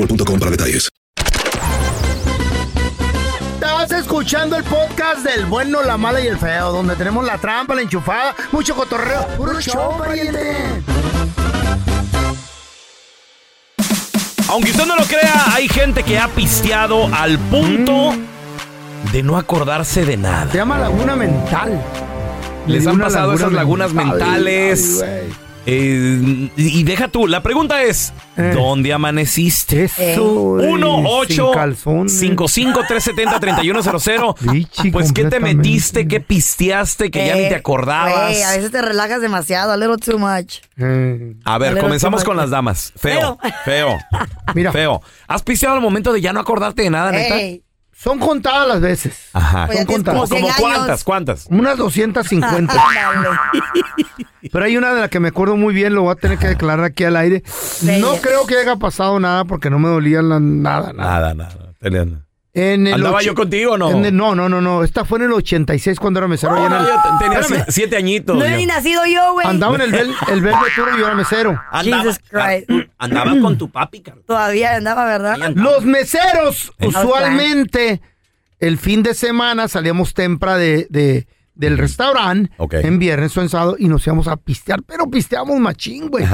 [SPEAKER 18] para detalles.
[SPEAKER 4] Estás escuchando el podcast del bueno, la mala y el feo, donde tenemos la trampa, la enchufada, mucho cotorreo. ¡Puro show, pariente!
[SPEAKER 2] Aunque usted no lo crea, hay gente que ha pisteado al punto de no acordarse de nada.
[SPEAKER 4] Se llama laguna mental.
[SPEAKER 2] Les
[SPEAKER 4] dio
[SPEAKER 2] han
[SPEAKER 4] una
[SPEAKER 2] pasado
[SPEAKER 4] laguna
[SPEAKER 2] esas lagunas
[SPEAKER 4] mental.
[SPEAKER 2] mentales.
[SPEAKER 4] Ay, güey.
[SPEAKER 2] Eh, y deja tú, la pregunta es,
[SPEAKER 4] Eh.
[SPEAKER 2] ¿dónde amaneciste?
[SPEAKER 4] güey,
[SPEAKER 2] 1 8
[SPEAKER 4] sin calzones.
[SPEAKER 2] 55 370 3100 Pues, ¿qué te
[SPEAKER 4] completamente.
[SPEAKER 2] metiste? ¿Qué pisteaste? Que ya ni te acordabas.
[SPEAKER 3] Eh, Güey, a veces te relajas demasiado, a little too much.
[SPEAKER 4] Eh.
[SPEAKER 2] A ver,
[SPEAKER 3] Dale,
[SPEAKER 2] comenzamos
[SPEAKER 3] Rocha,
[SPEAKER 2] con las damas. Feo, feo.
[SPEAKER 4] Mira.
[SPEAKER 2] Feo. ¿Has pisteado al momento de ya no acordarte de nada, neta?
[SPEAKER 4] Ey, Son contadas las veces.
[SPEAKER 2] Ajá.
[SPEAKER 4] Son
[SPEAKER 2] ¿Cómo,
[SPEAKER 4] contadas.
[SPEAKER 2] cómo cuántas? ¿Cuántas?
[SPEAKER 4] Unas 250. Pero hay una de la que me acuerdo muy bien, lo voy a tener que declarar aquí al aire. No creo que haya pasado nada porque no me dolía la- nada, nada.
[SPEAKER 2] Nada, nada. Peleando.
[SPEAKER 4] En el
[SPEAKER 2] ¿Andaba
[SPEAKER 4] och-
[SPEAKER 2] yo contigo o no?
[SPEAKER 4] en el- no, no, no, no. Esta fue en el 86 cuando era mesero. allá en el-
[SPEAKER 2] Yo te- tenía
[SPEAKER 4] Espérame.
[SPEAKER 2] si- siete añitos.
[SPEAKER 3] No he ni nacido yo, güey.
[SPEAKER 4] Andaba en el bel, el bel de Turo y yo era mesero.
[SPEAKER 2] Andaba-
[SPEAKER 3] Jesus Christ.
[SPEAKER 2] Andaba con tu papi, Carlos.
[SPEAKER 3] Todavía andaba, ¿verdad?
[SPEAKER 4] Los meseros,
[SPEAKER 3] Eh.
[SPEAKER 4] usualmente, el fin de semana salíamos temprano de, de- del restaurante
[SPEAKER 2] Ok.
[SPEAKER 4] en viernes o en sábado y nos íbamos a pistear, pero pisteamos machín, güey.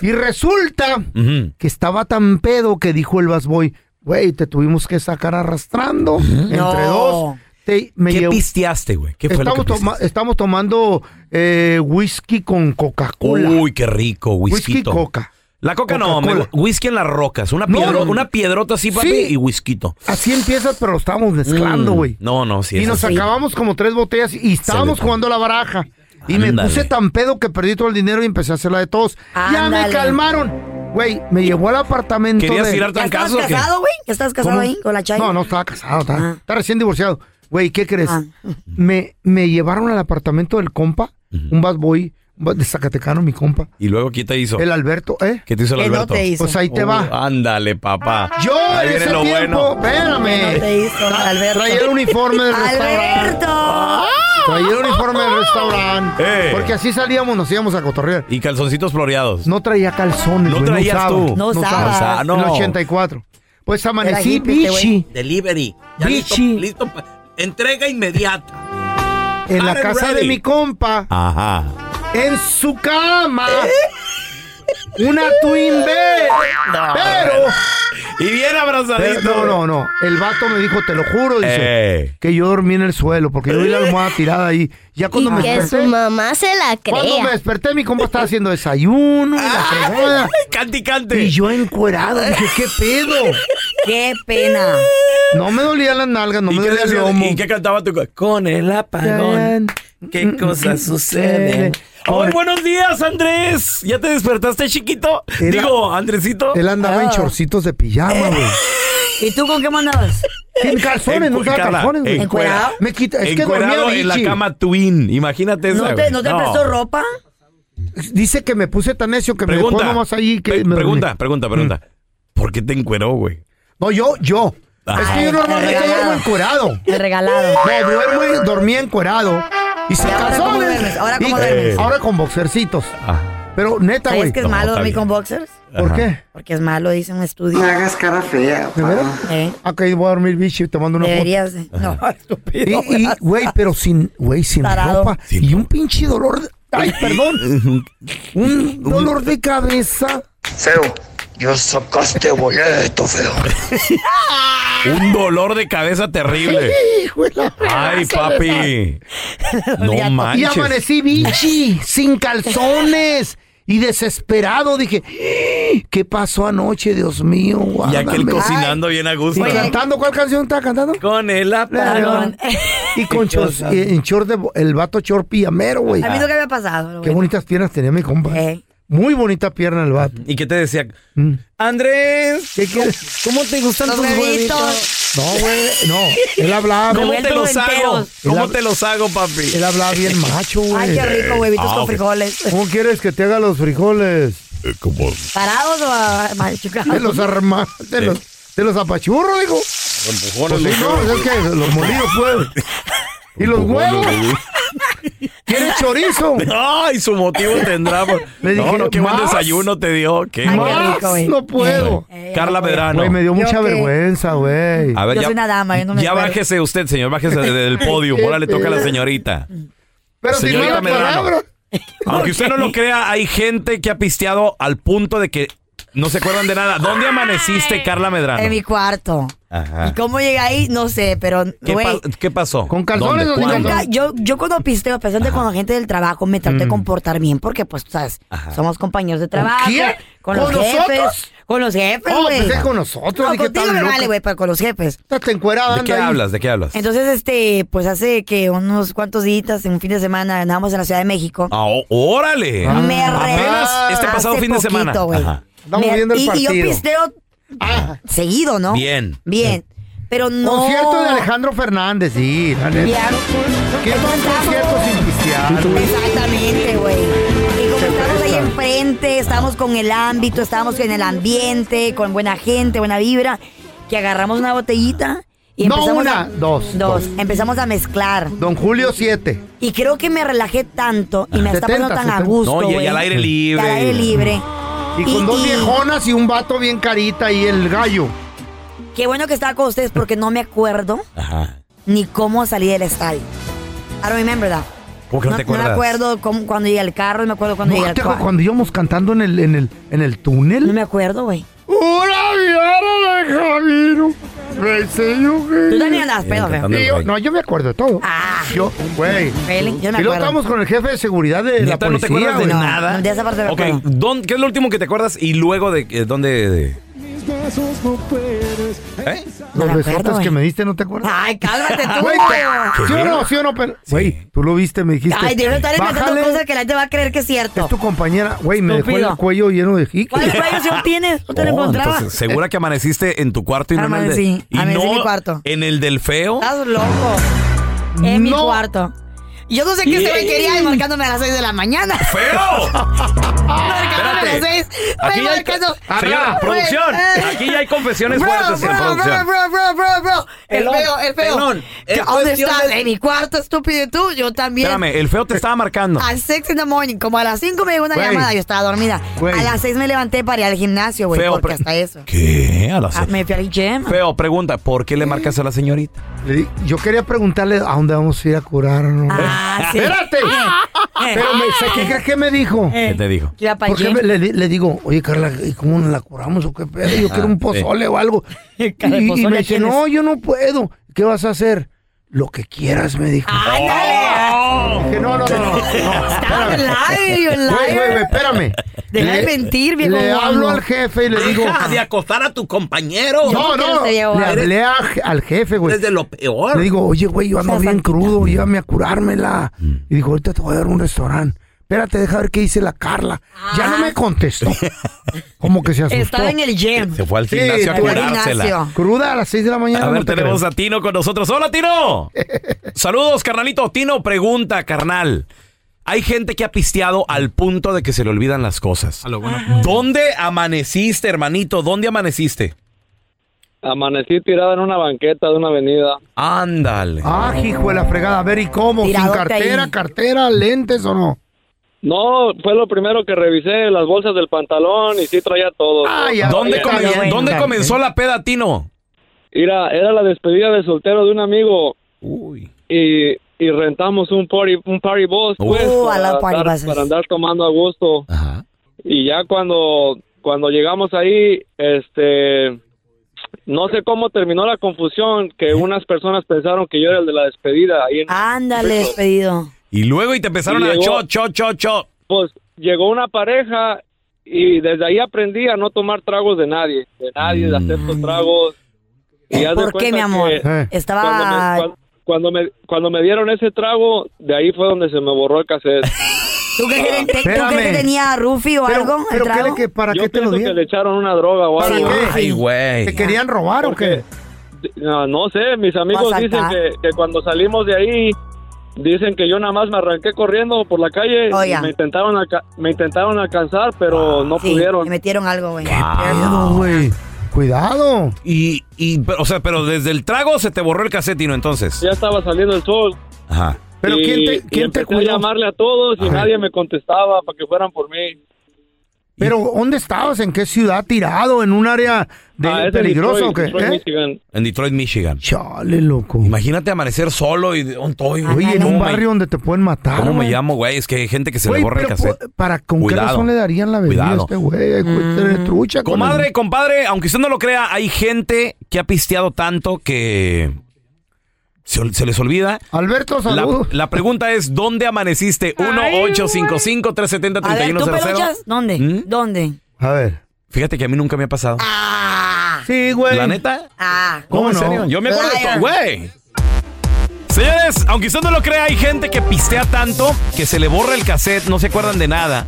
[SPEAKER 4] Y resulta
[SPEAKER 2] Ujú.
[SPEAKER 4] que estaba tan pedo que dijo el busboy, güey, te tuvimos que sacar arrastrando entre
[SPEAKER 2] No.
[SPEAKER 4] dos. Te- me
[SPEAKER 2] ¿Qué
[SPEAKER 4] llevó-
[SPEAKER 2] pisteaste, güey? ¿Qué fue lo
[SPEAKER 4] estamos,
[SPEAKER 2] que
[SPEAKER 4] toma-
[SPEAKER 2] pisteaste?
[SPEAKER 4] estamos tomando eh, whisky con Coca-Cola.
[SPEAKER 2] Uy, qué rico,
[SPEAKER 4] Whisky,
[SPEAKER 2] whisky.
[SPEAKER 4] coca.
[SPEAKER 2] La coca no, me-
[SPEAKER 4] Coca-Cola.
[SPEAKER 2] whisky en las rocas. Una,
[SPEAKER 4] No,
[SPEAKER 2] piedro-
[SPEAKER 4] no.
[SPEAKER 2] una piedrota así, papi,
[SPEAKER 4] Sí.
[SPEAKER 2] y whisky.
[SPEAKER 4] Así empiezas, pero lo estábamos mezclando,
[SPEAKER 2] Mm,
[SPEAKER 4] güey.
[SPEAKER 2] No, no, sí.
[SPEAKER 4] y
[SPEAKER 2] es
[SPEAKER 4] nos
[SPEAKER 2] así.
[SPEAKER 4] acabamos como tres botellas y estábamos jugando la baraja. Y me
[SPEAKER 2] Ándale.
[SPEAKER 4] puse tan pedo que perdí todo el dinero y empecé a hacer la de todos. Ya me
[SPEAKER 3] Ándale.
[SPEAKER 4] calmaron. Güey, me llevó al apartamento. de-
[SPEAKER 3] ¿Ya estabas casado, güey? ¿Ya estabas casado
[SPEAKER 4] ¿Cómo?
[SPEAKER 3] ahí con la Chay? Ah.
[SPEAKER 4] No, no, estaba casado, estaba, está recién divorciado. Güey, ¿qué crees? Me, me llevaron al apartamento del compa, un bad boy un bad- de Zacatecano, mi compa.
[SPEAKER 2] ¿Y luego qué te hizo?
[SPEAKER 4] El Alberto, ¿eh?
[SPEAKER 2] ¿Qué te hizo el
[SPEAKER 4] Que no
[SPEAKER 2] Alberto? Oh,
[SPEAKER 4] te hizo. Pues ahí te va.
[SPEAKER 2] Ándale, papá.
[SPEAKER 4] Yo
[SPEAKER 2] ahí
[SPEAKER 4] en
[SPEAKER 2] viene
[SPEAKER 4] ese
[SPEAKER 2] lo
[SPEAKER 4] tiempo,
[SPEAKER 2] bueno.
[SPEAKER 4] espérame.
[SPEAKER 3] No te hizo,
[SPEAKER 4] Tra-
[SPEAKER 3] Alberto.
[SPEAKER 4] Ah, Traía el uniforme del restaurante.
[SPEAKER 14] Ah.
[SPEAKER 3] ¡Alberto!
[SPEAKER 4] Traía el uniforme del restaurante.
[SPEAKER 2] Eh.
[SPEAKER 4] Porque así salíamos, nos íbamos a cotorrear.
[SPEAKER 2] Y calzoncitos floreados.
[SPEAKER 4] No traía calzones.
[SPEAKER 2] No
[SPEAKER 4] güey,
[SPEAKER 2] traías
[SPEAKER 4] usaba,
[SPEAKER 2] tú. No
[SPEAKER 4] usaba.
[SPEAKER 2] usabas. No.
[SPEAKER 4] En el 84. Pues
[SPEAKER 14] Era
[SPEAKER 4] amanecí
[SPEAKER 14] hippie este güey.
[SPEAKER 4] bichi
[SPEAKER 14] Delivery. Ya
[SPEAKER 4] Bichi.
[SPEAKER 14] Listo, listo pa- Entrega inmediata.
[SPEAKER 4] en la
[SPEAKER 14] I'm
[SPEAKER 4] casa de
[SPEAKER 14] ready.
[SPEAKER 4] mi compa,
[SPEAKER 2] Ah, Ajá.
[SPEAKER 4] en su cama.
[SPEAKER 2] ¿Eh?
[SPEAKER 4] Una twin bed. pero...
[SPEAKER 2] Y bien abrazadito. Eh.
[SPEAKER 4] Pero- no, no, no. El vato me dijo, te lo juro, dice,
[SPEAKER 2] Ey.
[SPEAKER 4] que yo dormí en el suelo porque yo vi la almohada tirada ahí. Ya cuando me desperté,
[SPEAKER 19] mamá se la
[SPEAKER 4] cuando me desperté, mi compa estaba haciendo desayuno, la
[SPEAKER 2] Ah,
[SPEAKER 4] fregada.
[SPEAKER 2] Cante y cante.
[SPEAKER 4] Y yo encuerado, dije, ¿qué pedo?
[SPEAKER 3] ¡Qué pena!
[SPEAKER 4] No me dolía las nalgas, no
[SPEAKER 2] ¿Y
[SPEAKER 4] me
[SPEAKER 2] qué,
[SPEAKER 4] dolía el
[SPEAKER 2] decía-
[SPEAKER 4] lomo.
[SPEAKER 2] y qué cantaba tu co- Con el apagón.
[SPEAKER 3] mm,
[SPEAKER 2] ¿Qué cosas
[SPEAKER 3] eh,
[SPEAKER 2] suceden? ¡Ay, buenos días, Andrés! ¿Ya te despertaste, chiquito?
[SPEAKER 4] Era-
[SPEAKER 2] Digo, Andresito.
[SPEAKER 4] Él andaba en
[SPEAKER 2] Ah.
[SPEAKER 4] chorcitos de
[SPEAKER 3] Eh.
[SPEAKER 4] pijama, güey.
[SPEAKER 3] ¿Y tú con qué mandabas?
[SPEAKER 4] Sin calzones, no usaba
[SPEAKER 2] Carla,
[SPEAKER 4] calzones, güey.
[SPEAKER 2] encuera-
[SPEAKER 4] Me quita, es que
[SPEAKER 2] encuerado
[SPEAKER 4] dormía
[SPEAKER 2] en la
[SPEAKER 4] bichi.
[SPEAKER 2] cama twin. Imagínate esa,
[SPEAKER 3] ¿No te,
[SPEAKER 2] güey.
[SPEAKER 3] ¿no te prestó ropa?
[SPEAKER 4] Dice que me puse tan necio que me dejó
[SPEAKER 2] Pregunta.
[SPEAKER 4] nomás ahí. Que
[SPEAKER 2] Pre-
[SPEAKER 4] me dormí. Mm.
[SPEAKER 2] pregunta, pregunta, pregunta. ¿Por qué te encueró, güey?
[SPEAKER 4] No, yo, yo. es que
[SPEAKER 2] Ay,
[SPEAKER 4] yo normalmente
[SPEAKER 3] regalado.
[SPEAKER 4] duermo encuerado.
[SPEAKER 3] El regalado.
[SPEAKER 4] No, duermo y dormía encuerado. Y sin
[SPEAKER 3] ¿Y ahora cómo
[SPEAKER 4] calzones.
[SPEAKER 3] duermes? ¿Ahora cómo
[SPEAKER 4] Y-
[SPEAKER 3] duermes?
[SPEAKER 4] Ahora con boxercitos. Pero neta,
[SPEAKER 3] ¿Sabes
[SPEAKER 4] güey.
[SPEAKER 3] que es malo dormir con boxers?
[SPEAKER 4] ¿Por qué?
[SPEAKER 3] Porque es malo, dice un estudio. ¿Eh?
[SPEAKER 4] cara fea. ¿De veras? Ok, voy a dormir, bicho, y te mando una
[SPEAKER 3] Deberías de-
[SPEAKER 4] foto.
[SPEAKER 3] No,
[SPEAKER 4] Y- Y, güey, pero sin, güey, sin
[SPEAKER 3] Tarado.
[SPEAKER 4] ropa. Y un pinche dolor. de- Ay, perdón. un dolor de cabeza.
[SPEAKER 17] Feo, yo sacaste boleto, feo.
[SPEAKER 2] Un dolor de cabeza terrible.
[SPEAKER 4] Hijo de la-
[SPEAKER 2] Ay,
[SPEAKER 4] Se me
[SPEAKER 2] papi. No
[SPEAKER 4] Y
[SPEAKER 2] manches.
[SPEAKER 4] amanecí bichi, sin calzones. y desesperado dije, ¿qué pasó anoche, Dios mío?
[SPEAKER 2] Y aquel
[SPEAKER 4] guárdame"? Ah,
[SPEAKER 2] cocinando bien a
[SPEAKER 4] ¿Y
[SPEAKER 2] gusto.
[SPEAKER 4] cantando? ¿Cuál canción estaba cantando?
[SPEAKER 2] Con el apagón.
[SPEAKER 4] Y con
[SPEAKER 2] Qué
[SPEAKER 4] shorts,
[SPEAKER 2] cosas.
[SPEAKER 4] y en short de bo- el vato short pijamero, güey.
[SPEAKER 3] A mí nunca me ha pasado. pero
[SPEAKER 4] Qué
[SPEAKER 3] bueno.
[SPEAKER 4] bonitas piernas tenía mi compa. Muy bonita pierna el vato.
[SPEAKER 2] ¿Y qué te decía?
[SPEAKER 4] Andrés. ¿Qué quieres? ¿Cómo te gustan
[SPEAKER 3] Los
[SPEAKER 4] tus
[SPEAKER 3] huevitos.
[SPEAKER 4] huevitos? No, güey, no. Él hablaba.
[SPEAKER 2] ¿Cómo
[SPEAKER 4] Él
[SPEAKER 2] te los hago?
[SPEAKER 4] Él
[SPEAKER 2] ¿Cómo
[SPEAKER 4] hab-
[SPEAKER 2] te los hago, papi?
[SPEAKER 4] Él hablaba bien macho, güey.
[SPEAKER 3] Ay, qué rico, huevitos con frijoles.
[SPEAKER 4] Eh, ah, ¿Cómo quieres que te haga los frijoles?
[SPEAKER 2] Eh,
[SPEAKER 20] como...
[SPEAKER 3] ¿Parados o ah, machucados?
[SPEAKER 4] Te los arma, te los, te los apachurro, digo.
[SPEAKER 20] Empujones
[SPEAKER 4] Pues sí,
[SPEAKER 20] los
[SPEAKER 4] no,
[SPEAKER 20] huevos.
[SPEAKER 4] es que los molidos, pues. ¿Y los huevos? ¿Quieres chorizo?
[SPEAKER 2] Ay, su motivo tendrá. por-
[SPEAKER 4] Le
[SPEAKER 2] no,
[SPEAKER 4] dije,
[SPEAKER 2] no, qué
[SPEAKER 4] ¿más?
[SPEAKER 2] buen desayuno te dio. ¿Qué?
[SPEAKER 4] Ay, qué
[SPEAKER 2] guay.
[SPEAKER 4] rico, güey. No puedo.
[SPEAKER 2] Carla Medrano.
[SPEAKER 4] Güey, me
[SPEAKER 3] Yo
[SPEAKER 4] dio mucha
[SPEAKER 3] qué.
[SPEAKER 4] vergüenza, güey.
[SPEAKER 2] A ver,
[SPEAKER 3] Yo
[SPEAKER 2] ya,
[SPEAKER 3] soy una dama, yo no me
[SPEAKER 2] ya
[SPEAKER 3] acuerdo.
[SPEAKER 2] bájese usted, señor. Bájese de- del podio. Ahora le toca a la señorita.
[SPEAKER 4] Pero si
[SPEAKER 2] Señorita
[SPEAKER 4] no me
[SPEAKER 2] Medrano. Aunque usted no lo crea, hay gente que ha pisteado al punto de que no se acuerdan de nada. ¿Dónde amaneciste, Carla
[SPEAKER 3] En
[SPEAKER 2] Medrano?
[SPEAKER 3] mi cuarto.
[SPEAKER 2] Ajá.
[SPEAKER 3] ¿Y cómo llegué ahí? No sé, pero,
[SPEAKER 2] ¿Qué,
[SPEAKER 3] güey,
[SPEAKER 2] pa- qué pasó? ¿Con
[SPEAKER 3] Yo nunca- yo, yo cuando pisteo, a pesar de cuando gente del trabajo me trato
[SPEAKER 4] Mm.
[SPEAKER 3] de comportar bien, porque pues tú sabes, somos compañeros de trabajo.
[SPEAKER 4] quién?
[SPEAKER 3] Con
[SPEAKER 4] ¿Con
[SPEAKER 3] los jefes.
[SPEAKER 4] nosotros?
[SPEAKER 3] Con los jefes,
[SPEAKER 4] Oh,
[SPEAKER 3] güey.
[SPEAKER 4] pensé con nosotros,
[SPEAKER 3] No,
[SPEAKER 4] dije,
[SPEAKER 3] contigo
[SPEAKER 4] tan
[SPEAKER 3] me
[SPEAKER 4] loca.
[SPEAKER 3] vale, güey, pero con los jefes.
[SPEAKER 4] Estás encuerada,
[SPEAKER 2] ¿De qué hablas? ¿De qué hablas?
[SPEAKER 3] Entonces, este, pues hace que unos cuantos días, en un fin de semana, andábamos en la Ciudad de México.
[SPEAKER 2] Ah, ó- órale.
[SPEAKER 3] Me
[SPEAKER 2] Apenas
[SPEAKER 3] re-
[SPEAKER 2] este pasado
[SPEAKER 3] hace
[SPEAKER 2] fin de semana.
[SPEAKER 3] poquito, güey.
[SPEAKER 2] Ajá.
[SPEAKER 4] Estamos
[SPEAKER 3] Me-
[SPEAKER 4] viendo el
[SPEAKER 3] y, y yo
[SPEAKER 4] partido.
[SPEAKER 3] pisteo seguido, ¿no?
[SPEAKER 2] Bien.
[SPEAKER 3] Bien. Pero no. pues,
[SPEAKER 4] Concierto de Alejandro Fernández, sí, la neta.
[SPEAKER 3] Bien.
[SPEAKER 4] ¿Qué tal un concierto sin pistear?
[SPEAKER 3] Exactamente, güey. Y como estamos ahí enfrente, estamos con el ámbito, estamos en el ambiente, con buena gente, buena vibra, que agarramos una botellita y
[SPEAKER 4] No
[SPEAKER 3] empezamos
[SPEAKER 4] una,
[SPEAKER 3] a-
[SPEAKER 4] dos,
[SPEAKER 3] dos.
[SPEAKER 4] dos.
[SPEAKER 3] Empezamos a mezclar.
[SPEAKER 4] Don Julio 7.
[SPEAKER 3] Y creo que me relajé tanto y me está
[SPEAKER 4] 70,
[SPEAKER 3] poniendo tan a
[SPEAKER 4] 70.
[SPEAKER 3] gusto,
[SPEAKER 4] No, y- y
[SPEAKER 3] güey.
[SPEAKER 4] al aire libre.
[SPEAKER 3] Y al aire libre.
[SPEAKER 4] Y con dos viejonas y un vato bien carita y el gallo.
[SPEAKER 3] Qué bueno que estaba con ustedes porque no me acuerdo
[SPEAKER 2] Ajá.
[SPEAKER 3] ni cómo salí del estadio. I don't remember that.
[SPEAKER 2] ¿Cómo que no, te
[SPEAKER 3] No me
[SPEAKER 2] acuerdas?
[SPEAKER 3] acuerdo cómo- cuando llegué al carro, no me acuerdo cuando
[SPEAKER 4] No,
[SPEAKER 3] llegué al
[SPEAKER 4] te-
[SPEAKER 3] carro.
[SPEAKER 4] cuando íbamos cantando en el, en el, en el túnel. No
[SPEAKER 3] me acuerdo, güey.
[SPEAKER 4] Una viola de Javiro. Tú
[SPEAKER 3] Tú también andabas pedo, feo.
[SPEAKER 4] No, yo me acuerdo de todo. Yo, güey.
[SPEAKER 3] Feli, yo no me
[SPEAKER 4] Y
[SPEAKER 3] acuerdo.
[SPEAKER 4] luego estábamos con el jefe de seguridad de la
[SPEAKER 2] ¿Neta, no te
[SPEAKER 4] policía.
[SPEAKER 2] acuerdas de
[SPEAKER 4] güey.
[SPEAKER 2] nada?
[SPEAKER 3] de esa parte me
[SPEAKER 2] Ok,
[SPEAKER 3] acuerdo.
[SPEAKER 2] ¿dón- ¿qué es lo último que te acuerdas? Y luego de eh, dónde... de- ¿Eh?
[SPEAKER 4] Los
[SPEAKER 3] acuerdo,
[SPEAKER 4] besotes
[SPEAKER 3] güey.
[SPEAKER 4] que me diste, ¿no te acuerdas?
[SPEAKER 3] Ay, cálmate tú.
[SPEAKER 4] Güey,
[SPEAKER 3] ¿Qué?
[SPEAKER 4] ¿Sí o no? ¿Sí o no? Pero- Güey, tú lo viste, me dijiste.
[SPEAKER 3] Ay, Dios, no estar inventando
[SPEAKER 4] "Bájale".
[SPEAKER 3] cosas que la gente va a creer que es cierto.
[SPEAKER 4] Es tu compañera, güey, me dejó
[SPEAKER 3] Estúpido.
[SPEAKER 4] el cuello lleno de jique.
[SPEAKER 3] ¿Cuál rayo si no tienes? No te lo
[SPEAKER 2] Oh,
[SPEAKER 3] encontraba.
[SPEAKER 2] entonces, ¿Segura que amaneciste en tu cuarto y no en el de-
[SPEAKER 3] Amanecí, Ah.
[SPEAKER 2] y
[SPEAKER 3] amanecí en
[SPEAKER 2] no
[SPEAKER 3] mi cuarto.
[SPEAKER 2] en el del feo?
[SPEAKER 3] Estás loco. En mi cuarto. Yo no sé qué se me quería y marcándome a las 6 de la mañana.
[SPEAKER 2] ¡Feo!
[SPEAKER 3] marcándome a las 6.
[SPEAKER 2] Aquí ya hay-
[SPEAKER 3] Ah,
[SPEAKER 2] Señora, producción, aquí ya hay confesiones fuertes en
[SPEAKER 3] eh. Bro, bro,
[SPEAKER 2] producción.
[SPEAKER 3] bro, bro, bro, bro. El
[SPEAKER 2] Pelón,
[SPEAKER 3] feo, el feo.
[SPEAKER 2] pelón.
[SPEAKER 3] ¿Qué-
[SPEAKER 2] Es
[SPEAKER 3] ¿Dónde
[SPEAKER 2] cuestión
[SPEAKER 3] estás?
[SPEAKER 2] de-
[SPEAKER 3] En mi cuarto, estúpido. ¿Y tú? Yo también.
[SPEAKER 2] Espérame, el feo te estaba marcando.
[SPEAKER 3] A 6 in the morning, como a las 5 me llegó una
[SPEAKER 2] Güey.
[SPEAKER 3] llamada, yo estaba dormida.
[SPEAKER 2] Güey.
[SPEAKER 3] A las 6 me levanté para ir al gimnasio, güey,
[SPEAKER 2] Feo,
[SPEAKER 3] porque
[SPEAKER 2] pre-
[SPEAKER 3] hasta eso.
[SPEAKER 2] ¿Qué? A las
[SPEAKER 3] Ah, me fui al gym.
[SPEAKER 2] Feo, pregunta, ¿por qué le marcas a la señorita?
[SPEAKER 4] Le di- Yo quería preguntarle a dónde vamos a ir a curar. ¿no?
[SPEAKER 3] Ah, sí.
[SPEAKER 4] Espérate.
[SPEAKER 3] Eh,
[SPEAKER 4] Pero me, ¿sabes ¿qué crees que me dijo?
[SPEAKER 2] ¿Qué te dijo?
[SPEAKER 3] Que iba pa'
[SPEAKER 4] Porque
[SPEAKER 3] allí.
[SPEAKER 4] me- le, di- le digo, oye Carla, ¿y cómo nos la curamos o qué pedo? Yo
[SPEAKER 2] Ah,
[SPEAKER 4] quiero un
[SPEAKER 2] sí.
[SPEAKER 4] pozole o algo. Y,
[SPEAKER 3] Cara de
[SPEAKER 4] y
[SPEAKER 3] pozole
[SPEAKER 4] me dice,
[SPEAKER 3] tienes.
[SPEAKER 4] no, yo no puedo. ¿Qué vas a hacer? Lo que quieras, me
[SPEAKER 3] Ah.
[SPEAKER 4] dijo. Dije, no, no, no, no. no,
[SPEAKER 3] Stop
[SPEAKER 4] espérame.
[SPEAKER 3] lying, you
[SPEAKER 4] Güey, güey,
[SPEAKER 3] liar.
[SPEAKER 4] güey, espérame.
[SPEAKER 3] Deja de mentir, viejo
[SPEAKER 4] Le
[SPEAKER 3] guango.
[SPEAKER 4] hablo al jefe y le digo.
[SPEAKER 14] Deja de acosar a tu compañero.
[SPEAKER 4] No, no, le hablé a- al jefe, güey.
[SPEAKER 14] Eres de lo peor.
[SPEAKER 4] Le digo, oye, güey, yo ando
[SPEAKER 14] Seas
[SPEAKER 4] bien crudo, llévame a curármela.
[SPEAKER 2] Mm.
[SPEAKER 4] Y dijo, ahorita te voy a dar un restaurante. Espérate, deja ver qué dice la Carla. Ya no me contestó. Como que se asustó.
[SPEAKER 3] Ah. Estaba en el gym.
[SPEAKER 2] Se fue al
[SPEAKER 4] Sí,
[SPEAKER 2] gimnasio a
[SPEAKER 4] fue al
[SPEAKER 2] curársela.
[SPEAKER 4] gimnasio. Cruda a las 6 de la mañana.
[SPEAKER 2] A ver,
[SPEAKER 4] no te
[SPEAKER 2] tenemos
[SPEAKER 4] creo.
[SPEAKER 2] a Tino con nosotros. ¡Hola, Tino! Saludos, carnalito. Tino, pregunta, carnal. Hay gente que ha pisteado al punto de que se le olvidan las cosas. ¿Dónde amaneciste, hermanito? ¿Dónde amaneciste?
[SPEAKER 19] Amanecí tirado en una banqueta de una avenida.
[SPEAKER 2] Ándale.
[SPEAKER 4] Ah, hijo de la fregada. A ver, ¿y cómo? ¿Sin
[SPEAKER 19] Tiradote
[SPEAKER 4] cartera,
[SPEAKER 19] ahí.
[SPEAKER 4] cartera, lentes o no?
[SPEAKER 19] No, fue lo primero que revisé, las bolsas del pantalón y sí traía todo.
[SPEAKER 4] ya.
[SPEAKER 2] ¿Dónde,
[SPEAKER 19] Traía-
[SPEAKER 2] comen- ¿dónde comenzó la peda, Tino?
[SPEAKER 19] Mira, era la despedida de soltero de un amigo. Y, y rentamos un party, un party bus,
[SPEAKER 2] Uh.
[SPEAKER 19] pues,
[SPEAKER 3] Uh, I
[SPEAKER 19] para,
[SPEAKER 3] love party
[SPEAKER 19] andar,
[SPEAKER 3] buses.
[SPEAKER 19] para andar tomando a gusto. Y ya cuando, cuando llegamos ahí, este, no sé cómo terminó la confusión,
[SPEAKER 2] ¿Eh?
[SPEAKER 19] que unas personas pensaron que yo era el de la despedida. Ahí en-
[SPEAKER 3] Ándale, despedido.
[SPEAKER 2] Y luego y te empezaron
[SPEAKER 19] Y
[SPEAKER 2] a
[SPEAKER 19] llegó-
[SPEAKER 2] cho, cho, cho, cho.
[SPEAKER 19] Pues llegó una pareja y desde ahí aprendí a no tomar tragos de nadie, de nadie, de hacer
[SPEAKER 2] Mm.
[SPEAKER 19] sus tragos. Y haz de
[SPEAKER 3] ¿Por qué,
[SPEAKER 19] cuenta
[SPEAKER 3] mi amor?
[SPEAKER 19] que
[SPEAKER 3] Estaba...
[SPEAKER 19] Cuando me, cuando, me, cuando me dieron ese trago, de ahí fue donde se me borró el cassette.
[SPEAKER 3] ¿Tú crees que, te- tú crees
[SPEAKER 19] Espérame.
[SPEAKER 3] que tenía Rufi o
[SPEAKER 19] Pero-
[SPEAKER 3] algo? el
[SPEAKER 19] pero ¿qué le-
[SPEAKER 3] trago?
[SPEAKER 19] que para Yo qué te lo pienso dieron? que le echaron una droga o algo. ¿eh?
[SPEAKER 2] Ay, güey.
[SPEAKER 4] querían robar o qué?
[SPEAKER 19] No, no sé, mis amigos
[SPEAKER 4] Vas acá.
[SPEAKER 19] dicen que, que cuando salimos de ahí, dicen que yo nada más me arranqué corriendo por la calle.
[SPEAKER 3] Oh,
[SPEAKER 19] y
[SPEAKER 3] ya.
[SPEAKER 19] me, intentaron alca- me intentaron alcanzar, pero no
[SPEAKER 3] Sí,
[SPEAKER 19] pudieron.
[SPEAKER 3] le metieron algo, güey.
[SPEAKER 4] Cuidado.
[SPEAKER 2] Y, y, pero, o sea, pero desde el trago se te borró el casetino entonces.
[SPEAKER 19] Ya estaba saliendo el sol.
[SPEAKER 2] Ajá.
[SPEAKER 19] y, y empecé a llamarle a todos y
[SPEAKER 4] Ajá.
[SPEAKER 19] nadie me contestaba para que fueran por mí.
[SPEAKER 4] Pero ¿dónde estabas? ¿En qué ciudad? ¿Tirado? ¿En un área de-
[SPEAKER 19] Ah, es en
[SPEAKER 4] peligrosa o qué?
[SPEAKER 19] Detroit,
[SPEAKER 4] ¿Eh?
[SPEAKER 19] Detroit, Michigan.
[SPEAKER 2] En Detroit, Michigan.
[SPEAKER 4] Chale, loco.
[SPEAKER 2] Imagínate amanecer solo y de- ¿dónde estoy, güey?
[SPEAKER 4] Oye, en
[SPEAKER 2] ¿Cómo
[SPEAKER 4] un
[SPEAKER 2] me-
[SPEAKER 4] barrio donde te pueden matar.
[SPEAKER 2] ¿Cómo me
[SPEAKER 4] güey.
[SPEAKER 2] llamo, güey? Es que hay gente que se
[SPEAKER 4] Güey,
[SPEAKER 2] le borra el
[SPEAKER 4] pero,
[SPEAKER 2] cassette.
[SPEAKER 4] pu- ¿Para con
[SPEAKER 2] Cuidado.
[SPEAKER 4] qué razón le darían la bebida
[SPEAKER 2] Cuidado.
[SPEAKER 4] a este güey? Cu-
[SPEAKER 3] Mm.
[SPEAKER 4] te trucha con
[SPEAKER 2] Comadre,
[SPEAKER 4] el-
[SPEAKER 2] compadre, aunque usted no lo crea, hay gente que ha pisteado tanto que se, ol- se les olvida.
[SPEAKER 4] Alberto,
[SPEAKER 2] La,
[SPEAKER 4] saludos.
[SPEAKER 2] la pregunta es, ¿dónde amaneciste?
[SPEAKER 3] A ver, ¿tú
[SPEAKER 2] 1-855-370-3100.
[SPEAKER 3] peluchas? ¿Dónde? ¿Dónde?
[SPEAKER 4] A ver.
[SPEAKER 2] Fíjate que a mí nunca me ha pasado.
[SPEAKER 4] Sí, güey.
[SPEAKER 2] ¿La neta?
[SPEAKER 3] Ah.
[SPEAKER 2] ¿Cómo en
[SPEAKER 4] no?
[SPEAKER 2] serio? Yo me acuerdo de
[SPEAKER 4] Liar.
[SPEAKER 2] todo, güey. Señores, aunque usted no lo crea, hay gente que pistea tanto que se le borra el cassette, no se acuerdan de nada.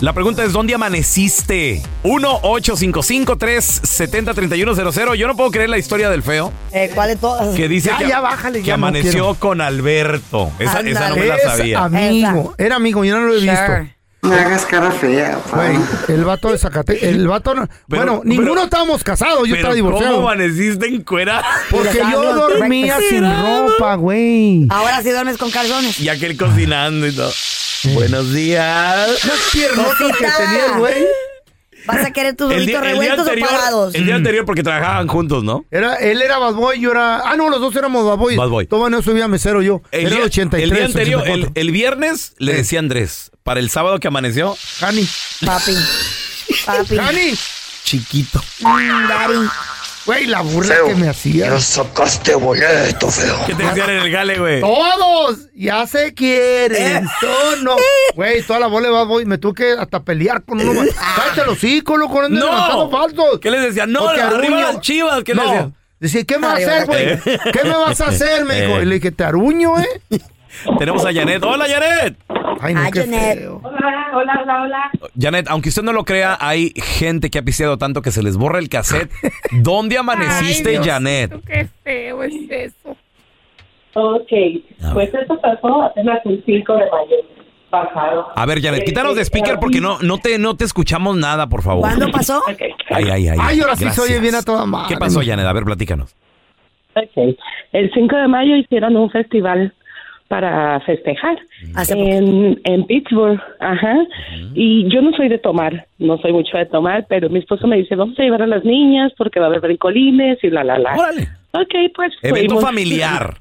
[SPEAKER 2] La pregunta es, ¿dónde amaneciste? 1-855-370-3100. Yo no puedo creer la historia del feo
[SPEAKER 3] Eh, ¿Cuál de todas?
[SPEAKER 2] que dice que, que
[SPEAKER 4] ya no
[SPEAKER 2] amaneció
[SPEAKER 4] quiero.
[SPEAKER 2] con Alberto. Esa, esa no me la
[SPEAKER 4] Es
[SPEAKER 2] sabía.
[SPEAKER 4] amigo. Era amigo, yo no lo he visto.
[SPEAKER 3] Sure.
[SPEAKER 4] Me hagas cara fea, güey. El vato de Zacate. El vato. no- bueno, ninguno estábamos casados, yo
[SPEAKER 2] Pero
[SPEAKER 4] estaba divorciado.
[SPEAKER 2] ¿Cómo amaneciste en cuera?
[SPEAKER 4] Porque yo dormía sin
[SPEAKER 2] ropa.
[SPEAKER 4] ropa, güey.
[SPEAKER 3] Ahora sí duermes con calzones.
[SPEAKER 2] Y aquel cocinando y todo. Buenos días.
[SPEAKER 3] Cosita. ¿Vas a querer tus
[SPEAKER 2] El día,
[SPEAKER 3] burritos
[SPEAKER 2] el día
[SPEAKER 3] revueltos
[SPEAKER 2] anterior,
[SPEAKER 3] o parados?
[SPEAKER 2] el día anterior porque trabajaban juntos, ¿no?
[SPEAKER 4] Mm. Era, él era Bad Boy, yo era. Ah, no, los dos éramos Bad Boy.
[SPEAKER 2] Bad Boy.
[SPEAKER 4] Todavía no subía mesero yo.
[SPEAKER 2] El
[SPEAKER 4] era
[SPEAKER 2] día,
[SPEAKER 4] el 83.
[SPEAKER 2] el día anterior, el,
[SPEAKER 4] 84.
[SPEAKER 2] el viernes le decía Andrés, para el sábado que amaneció,
[SPEAKER 4] Jani,
[SPEAKER 2] eh.
[SPEAKER 3] Papi. Papi.
[SPEAKER 4] Jani.
[SPEAKER 2] chiquito.
[SPEAKER 3] Mm, Daddy.
[SPEAKER 4] Güey, la burla
[SPEAKER 17] Feo,
[SPEAKER 4] que me hacía.
[SPEAKER 17] Yo sacaste boleto, feo.
[SPEAKER 2] ¿Qué te decían en el gale, güey?
[SPEAKER 4] Todos ya se
[SPEAKER 2] Eh.
[SPEAKER 4] quieren. Todos no. Güey, toda la bola de Bad Boy. Me tuve que hasta pelear con uno. güey. Cállate los hijos, loco. No. andes
[SPEAKER 2] Eh. No.
[SPEAKER 4] levantando falsos.
[SPEAKER 2] ¿Qué les decían? No,
[SPEAKER 4] Porque
[SPEAKER 2] arriba
[SPEAKER 4] arruño.
[SPEAKER 2] las chivas, ¿qué les
[SPEAKER 4] No.
[SPEAKER 2] decían?
[SPEAKER 4] Decía, ¿qué me vas a
[SPEAKER 2] Arriba
[SPEAKER 4] hacer, güey?
[SPEAKER 2] las chivas.
[SPEAKER 4] ¿Qué me vas a hacer? Me dijo.
[SPEAKER 2] Eh.
[SPEAKER 4] Y le dije, te aruño, ¿eh?
[SPEAKER 2] Tenemos a Janet. Hola, Janet.
[SPEAKER 4] Ay,
[SPEAKER 20] Ah,
[SPEAKER 4] no, qué feo.
[SPEAKER 20] Hola, hola, hola, hola.
[SPEAKER 2] Janet, aunque usted no lo crea, hay gente que ha pisteado tanto que se les borra el cassette. ¿Dónde amaneciste,
[SPEAKER 20] Ay, Dios.
[SPEAKER 2] Janet?
[SPEAKER 20] Qué feo es eso. Ok, pues esto pasó apenas el 5 de mayo pasado.
[SPEAKER 2] A ver, Janet,
[SPEAKER 20] Eh,
[SPEAKER 2] quítanos de
[SPEAKER 20] eh,
[SPEAKER 2] speaker porque no, no, te, no te escuchamos nada, por favor.
[SPEAKER 20] ¿Cuándo
[SPEAKER 3] pasó?
[SPEAKER 2] Ay, ay, ay.
[SPEAKER 20] Ay, ahora sí se
[SPEAKER 2] Gracias.
[SPEAKER 20] oye bien a toda madre.
[SPEAKER 2] ¿Qué pasó, Janet? A ver, platícanos.
[SPEAKER 20] Ok. El 5 de mayo hicieron un festival para festejar en, en Pittsburgh, ajá. Y yo no soy de tomar, no soy mucho de tomar, pero mi esposo me dice, vamos a llevar a las niñas porque va a haber brincolines y la, la, la.
[SPEAKER 2] Órale.
[SPEAKER 20] Ok, pues
[SPEAKER 2] Evento
[SPEAKER 20] fuimos.
[SPEAKER 2] familiar.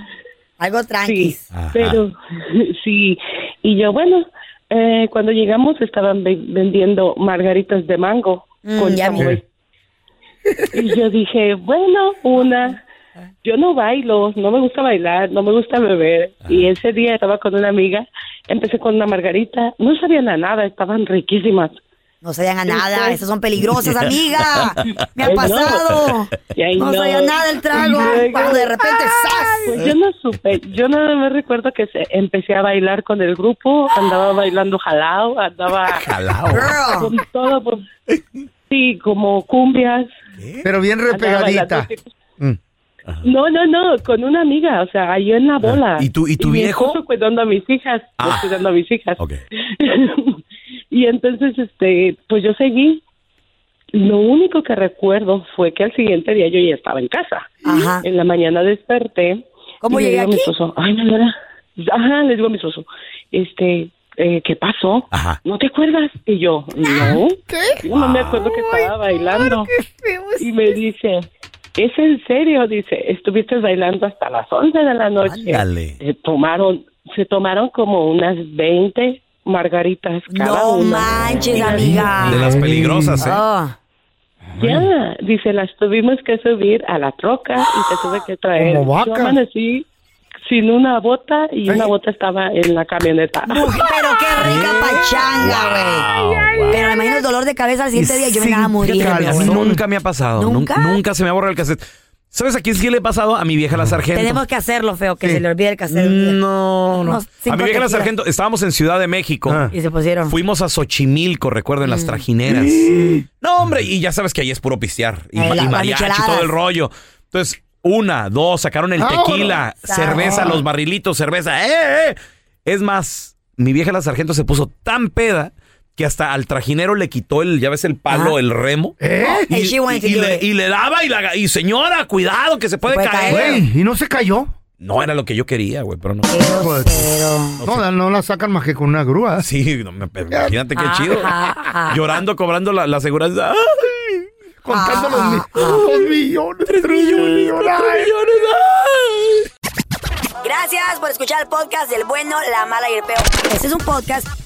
[SPEAKER 3] Algo tranqui.
[SPEAKER 20] Sí, pero sí. Y yo, bueno, eh, cuando llegamos estaban ve- vendiendo margaritas de mango
[SPEAKER 3] Mm,
[SPEAKER 20] con
[SPEAKER 3] yummy.
[SPEAKER 20] chamoy. Y yo dije, bueno, una. Yo no bailo, no me gusta bailar, no me gusta beber. Y ese día estaba con una amiga, empecé con una margarita, no sabían a nada, estaban riquísimas.
[SPEAKER 3] No se a nada.
[SPEAKER 20] Entonces-
[SPEAKER 3] Esas son peligrosas, amiga. Me ha
[SPEAKER 20] Ay, no.
[SPEAKER 3] pasado.
[SPEAKER 20] Y ahí
[SPEAKER 3] No
[SPEAKER 20] no.
[SPEAKER 3] sabía nada el trago.
[SPEAKER 20] Y luego-
[SPEAKER 3] Cuando de repente,
[SPEAKER 20] Pues
[SPEAKER 3] ¡zas!
[SPEAKER 20] yo no supe, yo nada más recuerdo que se- empecé a bailar con el grupo, andaba bailando jalao, andaba con todo, por- sí, como cumbias.
[SPEAKER 2] ¿Eh?
[SPEAKER 4] Pero bien
[SPEAKER 20] Andaba
[SPEAKER 4] repegadita.
[SPEAKER 20] bailando. No, no, no, con una amiga, o sea, ahí en la
[SPEAKER 2] Ah,
[SPEAKER 20] bola.
[SPEAKER 2] ¿Y tu- y tu
[SPEAKER 20] mi
[SPEAKER 2] viejo?
[SPEAKER 20] esposo cuidando a mis hijas, yo
[SPEAKER 2] Ah.
[SPEAKER 20] cuidando a mis hijas. y entonces, este, pues yo seguí. Lo único que recuerdo fue que al siguiente día yo ya estaba en casa. En la mañana desperté.
[SPEAKER 3] ¿Cómo
[SPEAKER 20] y le
[SPEAKER 3] llegué
[SPEAKER 20] digo a mi
[SPEAKER 3] aquí?
[SPEAKER 20] esposo, Ay, no, Ajá, le digo a mi esposo, este, eh, ¿qué pasó? ¿No te acuerdas? Y yo, no.
[SPEAKER 3] Ah,
[SPEAKER 20] ¿Qué? Yo no me acuerdo que estaba bailando.
[SPEAKER 3] pues
[SPEAKER 20] Y me dice, ¿es en serio? Dice, estuviste bailando hasta las 11 de la noche.
[SPEAKER 2] Ándale.
[SPEAKER 20] Se tomaron, se tomaron como unas 20 margaritas cada
[SPEAKER 3] No
[SPEAKER 20] una.
[SPEAKER 3] manches, amiga.
[SPEAKER 2] De las peligrosas, ¿eh?
[SPEAKER 3] Ah.
[SPEAKER 20] Ya, dice, las tuvimos que subir a la troca y te tuve que traer.
[SPEAKER 3] Como vaca.
[SPEAKER 20] Yo amanecí sin una bota y una bota estaba en la camioneta.
[SPEAKER 3] Pero qué rica pachanga, güey. Pero me imagino el dolor de cabeza al siguiente día. Yo me estaba muriendo.
[SPEAKER 2] Fíjate que a mí
[SPEAKER 3] güey.
[SPEAKER 2] Nunca me ha pasado. nun- ¿Nunca? se me borra el cassette. ¿Sabes a quién sí le ha pasado? A mi vieja la sargento.
[SPEAKER 3] Tenemos que hacerlo, feo, que
[SPEAKER 2] Sí.
[SPEAKER 3] se le olvide el cassette.
[SPEAKER 2] No,
[SPEAKER 3] no.
[SPEAKER 2] A mi vieja la sargento, estábamos en Ciudad de México.
[SPEAKER 3] Y se pusieron.
[SPEAKER 2] Fuimos a Xochimilco, recuerden,
[SPEAKER 3] Mm.
[SPEAKER 2] las trajineras. No, hombre, y ya sabes que ahí es puro pistear. Y,
[SPEAKER 3] Eh,
[SPEAKER 2] ma-
[SPEAKER 3] la-
[SPEAKER 2] y
[SPEAKER 3] las
[SPEAKER 2] mariachi,
[SPEAKER 3] micheladas.
[SPEAKER 2] todo el rollo. Entonces, una, dos, sacaron el
[SPEAKER 3] Vámonos.
[SPEAKER 2] tequila,
[SPEAKER 3] Sabor.
[SPEAKER 2] cerveza, los barrilitos, cerveza. ¡Eh, eh! Es más, mi vieja la sargento se puso tan peda que hasta al trajinero le quitó el, ya ves, el palo, el remo. Y,
[SPEAKER 3] And Ah. Eh. she wanted to
[SPEAKER 2] y
[SPEAKER 3] do
[SPEAKER 2] le,
[SPEAKER 3] it.
[SPEAKER 2] y le daba y la ga- y señora, cuidado que se puede,
[SPEAKER 3] puede
[SPEAKER 2] caer.
[SPEAKER 4] Güey, ¿y no se cayó?
[SPEAKER 2] No era lo que yo quería, güey, pero no. Pues,
[SPEAKER 4] No, la- no la sacan más que con una grúa.
[SPEAKER 2] Sí, no me- imagínate qué
[SPEAKER 4] Ajá,
[SPEAKER 2] chido. Llorando, cobrando la, la seguridad.
[SPEAKER 3] Ah.
[SPEAKER 4] Contando los, mi- los millones. Tres millones. ay.
[SPEAKER 3] Gracias por escuchar el podcast del bueno, la mala y el peor. Este es un podcast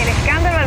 [SPEAKER 21] El escándalo